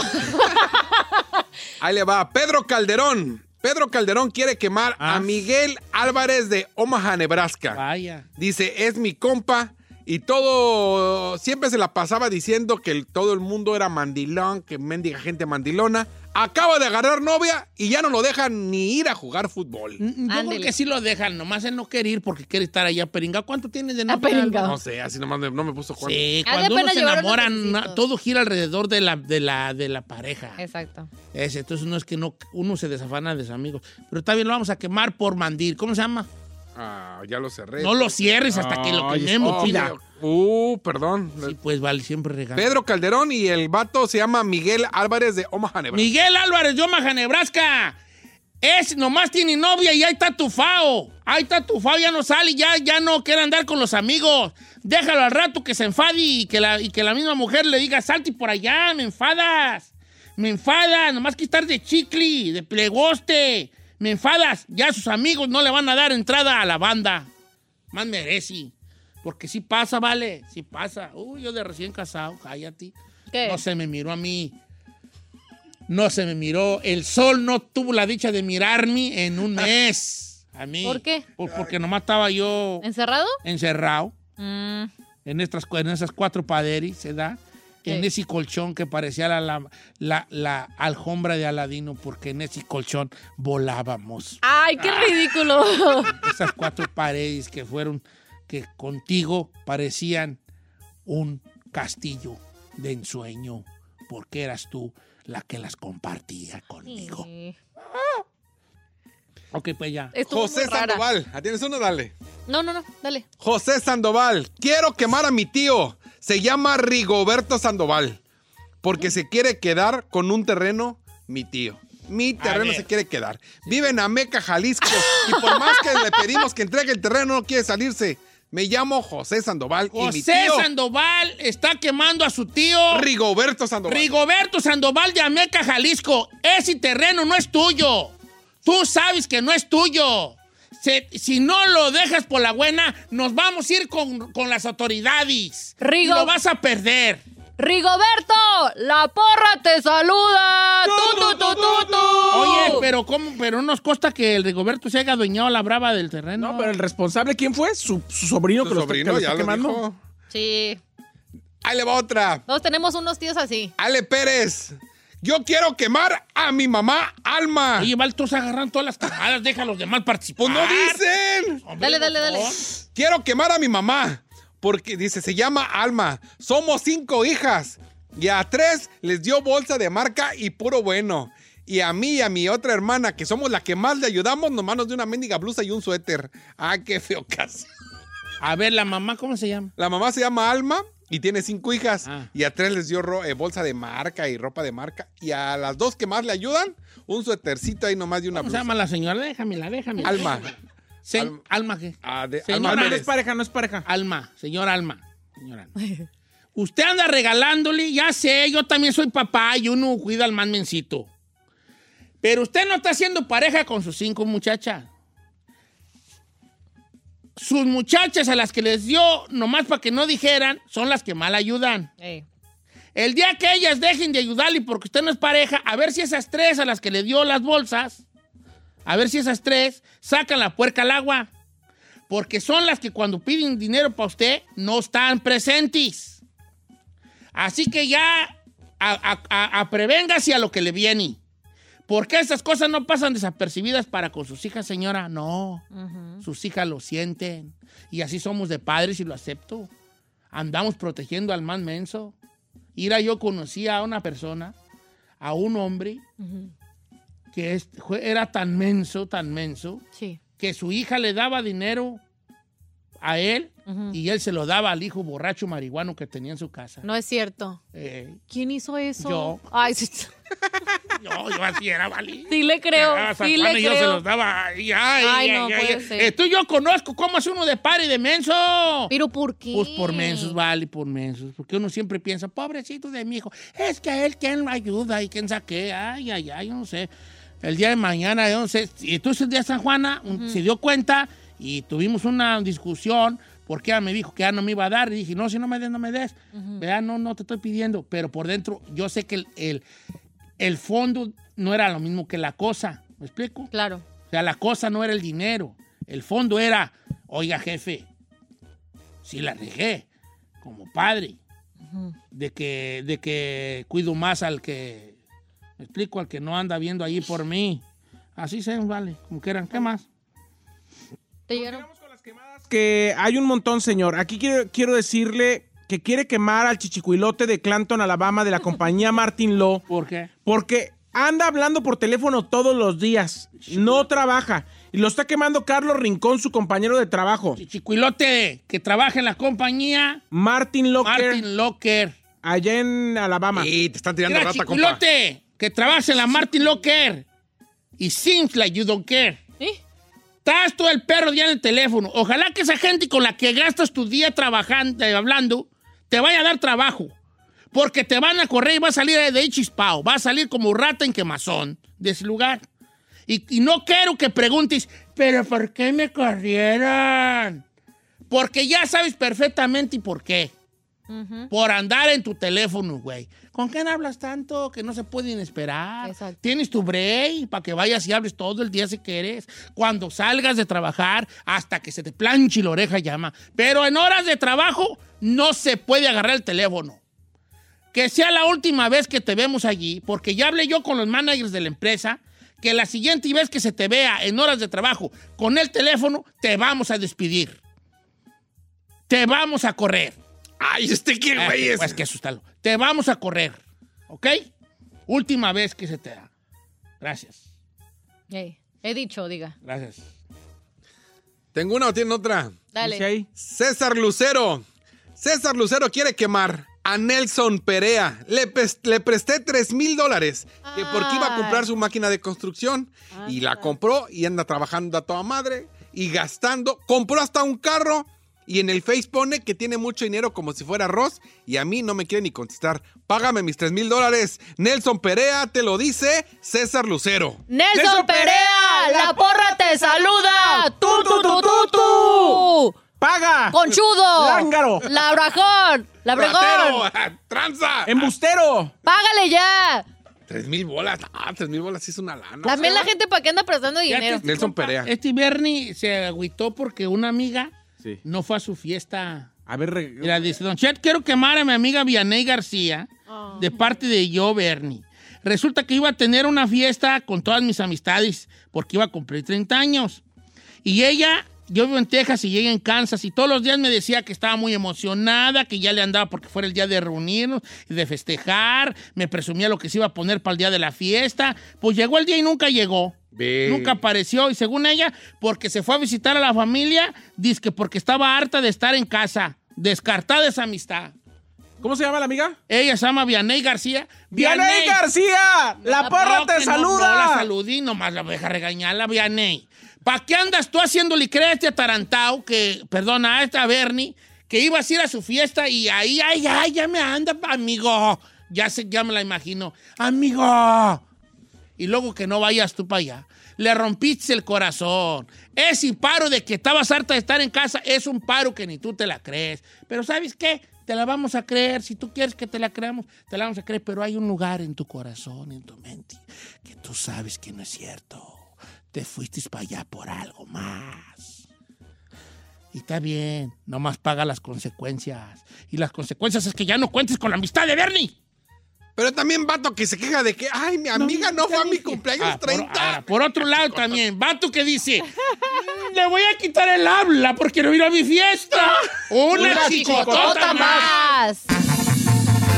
Ahí le va. Pedro Calderón. Pedro Calderón quiere quemar
Ah.
a Miguel Álvarez de Omaha, Nebraska.
Vaya.
Dice, es mi compa. Y todo, siempre se la pasaba diciendo que el- todo el mundo era mandilón, que mendiga gente mandilona. Acaba de agarrar novia y ya no lo dejan ni ir a jugar fútbol.
Yo creo que sí lo dejan, nomás es no querer ir porque quiere estar allá peringado. ¿Cuánto tienes de no
No sé, así nomás me- no me puso Ah, cuánto.
Sí,
Ha de
cuando uno
apenas
se
llevar
enamora,
unos
na-
besitos.
todo gira alrededor de la, de la, de la pareja.
Exacto.
Es, entonces no es que no, uno se desafana de sus amigos. Pero también lo vamos a quemar por mandir. ¿Cómo se llama?
Ah, ya lo cerré.
No lo cierres hasta que lo
Ay,
quememos,
oh,
chida.
ok, Uh, perdón.
Sí, pues vale, siempre regalo.
Pedro Calderón y el vato se llama Miguel Álvarez de Omaha, Nebraska.
Miguel Álvarez de Omaha, Nebraska. Es, nomás tiene novia y ahí está tufao. Ahí está tufao, ya no sale, ya, ya no quiere andar con los amigos. Déjalo al rato que se enfade y que la, y que la misma mujer le diga, salte por allá, me enfadas. Me enfadas, nomás que estar de chicli, de plegoste. Me enfadas, ya sus amigos no le van a dar entrada a la banda. Más merece. Porque si pasa, vale, si pasa. Uy, yo de recién casado, cállate.
¿Qué?
No se me miró a mí. No se me miró. El sol no tuvo la dicha de mirarme en un mes. A mí.
¿Por qué?
Por- porque nomás estaba yo
¿Encerrado?
encerrado
Mm,
en, estas, cu- en esas cuatro paderis, se da. En
Sí.
ese colchón que parecía la, la, la- la alfombra de Aladino, porque en ese colchón volábamos.
¡Ay, qué
Ah.
ridículo!
Esas cuatro paredes que fueron, que contigo parecían un castillo de ensueño, porque eras tú la que las compartía conmigo. Ok, pues ya.
Estuvo
José
muy rara.
Sandoval. ¿Ah, ¿Tienes uno? Dale.
No, no, no, dale.
José Sandoval. Quiero quemar a mi tío. Se llama Rigoberto Sandoval. Porque se quiere quedar con un terreno, mi tío. Mi terreno
ver.
se quiere quedar. Vive en Ameca, Jalisco. Y por más que le pedimos que entregue el terreno, no quiere salirse. Me llamo José Sandoval y mi
José
tío
Sandoval está quemando a su tío
Rigoberto Sandoval.
Rigoberto Sandoval de Ameca, Jalisco. Ese terreno no es tuyo. Tú sabes que no es tuyo. Se- si no lo dejas por la buena, nos vamos a ir con, con las autoridades.
Rigo-
Y lo vas a perder.
Rigoberto, la porra te saluda. ¡Tú, tú, tú, tú, tú!
Oye, pero ¿cómo? Pero nos consta que el Rigoberto se haya adueñado la brava del terreno.
No, pero el responsable, ¿quién fue? Su, su sobrino
Tu
que lo está- que
sobrino
lo
ya
está
lo
quemando.
dijo.
Sí,
Ahí le va otra.
todos tenemos unos tíos así.
Ale Pérez. Yo quiero quemar a mi mamá Alma.
Oye, Val, tú se agarran todas las camadas, deja a los demás participar.
Pues no dicen.
Hombre,
Dale, dale, dale.
por favor.
Quiero quemar a mi mamá. Porque dice, se llama Alma. Somos cinco hijas. Y a tres les dio bolsa de marca y puro bueno. Y a mí y a mi otra hermana, que somos la que más le ayudamos, nomás nos dio una mendiga blusa y un suéter. Ah, qué feo caso.
A ver, la mamá, ¿cómo se llama?
La mamá se llama Alma y tiene cinco hijas.
Ah.
Y a tres les dio ro- eh, bolsa de marca y ropa de marca. Y a las dos que más le ayudan, un suétercito ahí nomás de una
¿Cómo se
blusa.
llama la señora? Déjamela, déjame.
Alma.
Se-
Alma.
alma, ¿qué?
Ah, de-
Señora,
Alma
No
Pérez.
es pareja, no es pareja.
Alma, señor Alma. Señor Alma. Usted anda regalándole, ya sé, yo también soy papá y uno cuida al más mencito. Pero usted no está haciendo pareja con sus cinco muchachas. Sus muchachas a las que les dio, nomás para que no dijeran, son las que mal ayudan.
Ey.
El día que ellas dejen de ayudarle porque usted no es pareja, a ver si esas tres a las que le dio las bolsas, a ver si esas tres sacan la puerca al agua. Porque son las que cuando piden dinero para usted no están presentes. Así que ya a, a- a- a prevéngase a lo que le viene. Porque estas cosas no pasan desapercibidas para con sus hijas, señora. No. Sus hijas lo sienten. Y así somos de padres y lo acepto. Andamos protegiendo al más menso. Ira, yo conocí a una persona, a un hombre, que es- fue- era tan menso, tan menso,
Sí.
que su hija le daba dinero a él y él se lo daba al hijo borracho marihuano que tenía en su casa.
No es cierto.
Eh,
¿Quién hizo eso?
Yo.
Ay, sí,
no, yo así era, ¿vale?
sí le creo.
Llegaba San
Sí
Juan
le
y Ah, yo se
creo.
los daba. Ay, ay,
Ay,
ay,
no
ay,
puede
ay.
ser.
Eh, tú y yo conozco cómo es uno de par y de menso.
Pero ¿por qué?
Pues por mensos, vale, por mensos. Porque uno siempre piensa, pobrecito de mi hijo, es que a él quién lo ayuda y quién saque. Ay, ay, ay, yo no sé. El día de mañana, yo no sé. Y entonces el día de San Juana un- se dio cuenta y tuvimos una discusión porque ella me dijo que ya no me iba a dar. Y dije, no, si no me des, no me des. Vea, no, no te estoy pidiendo. Pero por dentro, yo sé que el, el, el fondo no era lo mismo que la cosa. ¿Me explico?
Claro.
O sea, la cosa no era el dinero. El fondo era, oiga, jefe, si la regué como padre, de, que, de que cuido más al que, me explico, al que no anda viendo ahí por mí. Así se vale, como quieran. ¿Qué más?
¿Te llegaron?
Que hay un montón, señor. Aquí quiero, quiero decirle que quiere quemar al chichicuilote de Clanton, Alabama, de la compañía Martin Law.
¿Por qué?
Porque anda hablando por teléfono todos los días. No trabaja. Y lo está quemando Carlos Rincón, su compañero de trabajo.
Chicuilote, que trabaja en la compañía.
Martin Locker.
Martin Locker.
Allá en Alabama.
Y te están tirando
Mira,
rata, compa.
Chicuilote, que trabaja en la Martin Locker. Y seems like you don't care. Estás todo el perro ya en el teléfono. Ojalá que esa gente con la que gastas tu día trabajando, eh, hablando, te vaya a dar trabajo. Porque te van a correr y va a salir de ahí chispao. Va a salir como rata en quemazón de ese lugar. Y, y no quiero que preguntes, ¿pero por qué me corrieron? Porque ya sabes perfectamente y por qué. Por andar en tu teléfono, güey. ¿Con quién hablas tanto que no se pueden esperar? Tienes tu break para que vayas y hables todo el día si quieres. Cuando salgas de trabajar, hasta que se te planche la oreja llama. Pero en horas de trabajo no se puede agarrar el teléfono. Que sea la última vez que te vemos allí, porque ya hablé yo con los managers de la empresa, que la siguiente vez que se te vea en horas de trabajo con el teléfono, te vamos a despedir. Te vamos a correr.
Ay, ¿usted qué,
Ah,
güey, es?
Pues que asustarlo. Te vamos a correr, ¿ok? Última vez que se te da. Gracias,
Ey, he dicho, diga.
gracias.
¿Tengo una o tienen otra?
Dale.
César Lucero. César Lucero quiere quemar a Nelson Perea. Le, pes- le presté 3 mil dólares que porque iba a comprar su máquina de construcción. Y la compró y anda trabajando a toda madre y gastando. Compró hasta un carro y en el Face pone que tiene mucho dinero como si fuera arroz y a mí no me quiere ni contestar. Págame mis 3 mil dólares. Nelson Perea te lo dice César Lucero.
Nelson,
¡Nelson
Perea, la porra te saluda. Tú, tú, tú, tú, tú.
¡Paga!
Conchudo.
¡Lángaro!
Labrajón. Labrajón.
¡Ratero! ¡Tranza!
Em ¡Embustero!
Págale ya.
Tres mil bolas. Ah, tres mil bolas sí es una lana.
También la gente para qué anda prestando dinero.
Nelson Perea.
Este Bernie se agüitó porque una amiga
Sí.
no fue a su fiesta.
A ver, re-
Mira, dice, Don Chet, quiero quemar a mi amiga Vianey García de parte de yo, Bernie. Resulta que iba a tener una fiesta con todas mis amistades porque iba a cumplir 30 años. Y ella, yo vivo en Texas y ella en Kansas y todos los días me decía que estaba muy emocionada, que ya le andaba porque fuera el día de reunirnos y de festejar, me presumía lo que se iba a poner para el día de la fiesta. Pues llegó el día y nunca llegó.
Ve.
Nunca apareció y según ella, porque se fue a visitar a la familia, dice que porque estaba harta de estar en casa. Descartada esa amistad.
¿Cómo se llama la amiga?
Ella se llama Vianey García.
¡Vianey García! ¡La porra
No,
te
que no, No, la
saluda!
saludí, nomás la deja regañarla, Vianey. ¿Para qué andas tú haciéndole creer a este atarantado que, perdona, a esta Bernie, que ibas a ir a su fiesta y ahí, ay, ay, ya me anda, amigo? Ya, sé, ya me la imagino. Amigo y luego que no vayas tú para allá. Le rompiste el corazón. Ese paro de que estabas harta de estar en casa es un paro que ni tú te la crees. Pero ¿sabes qué? Te la vamos a creer. Si tú quieres que te la creamos, te la vamos a creer. Pero hay un lugar en tu corazón, en tu mente, que tú sabes que no es cierto. Te fuiste para allá por algo más. Y está bien, nomás paga las consecuencias. Y las consecuencias es que ya no cuentes con la amistad de Bernie.
Pero también vato que se queja de que, ay, mi amiga no, fue a mi cumpleaños
Ah, por-
30.
ahora, por otro lado también, vato que dice, "Mm, le voy a quitar el habla porque no vino a mi fiesta. Una, chicotota más.
más.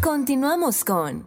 Continuamos con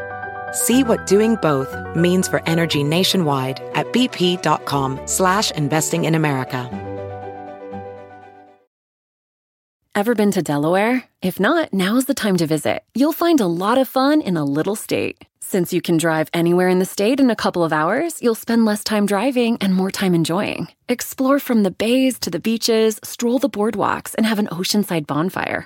See what doing both means for energy nationwide at bp.com slash investing in America.
Ever been to Delaware? If not, now's the time to visit. You'll find a lot of fun in a little state. Since you can drive anywhere in the state in a couple of hours, you'll spend less time driving and more time enjoying. Explore from the bays to the beaches, stroll the boardwalks, and have an oceanside bonfire.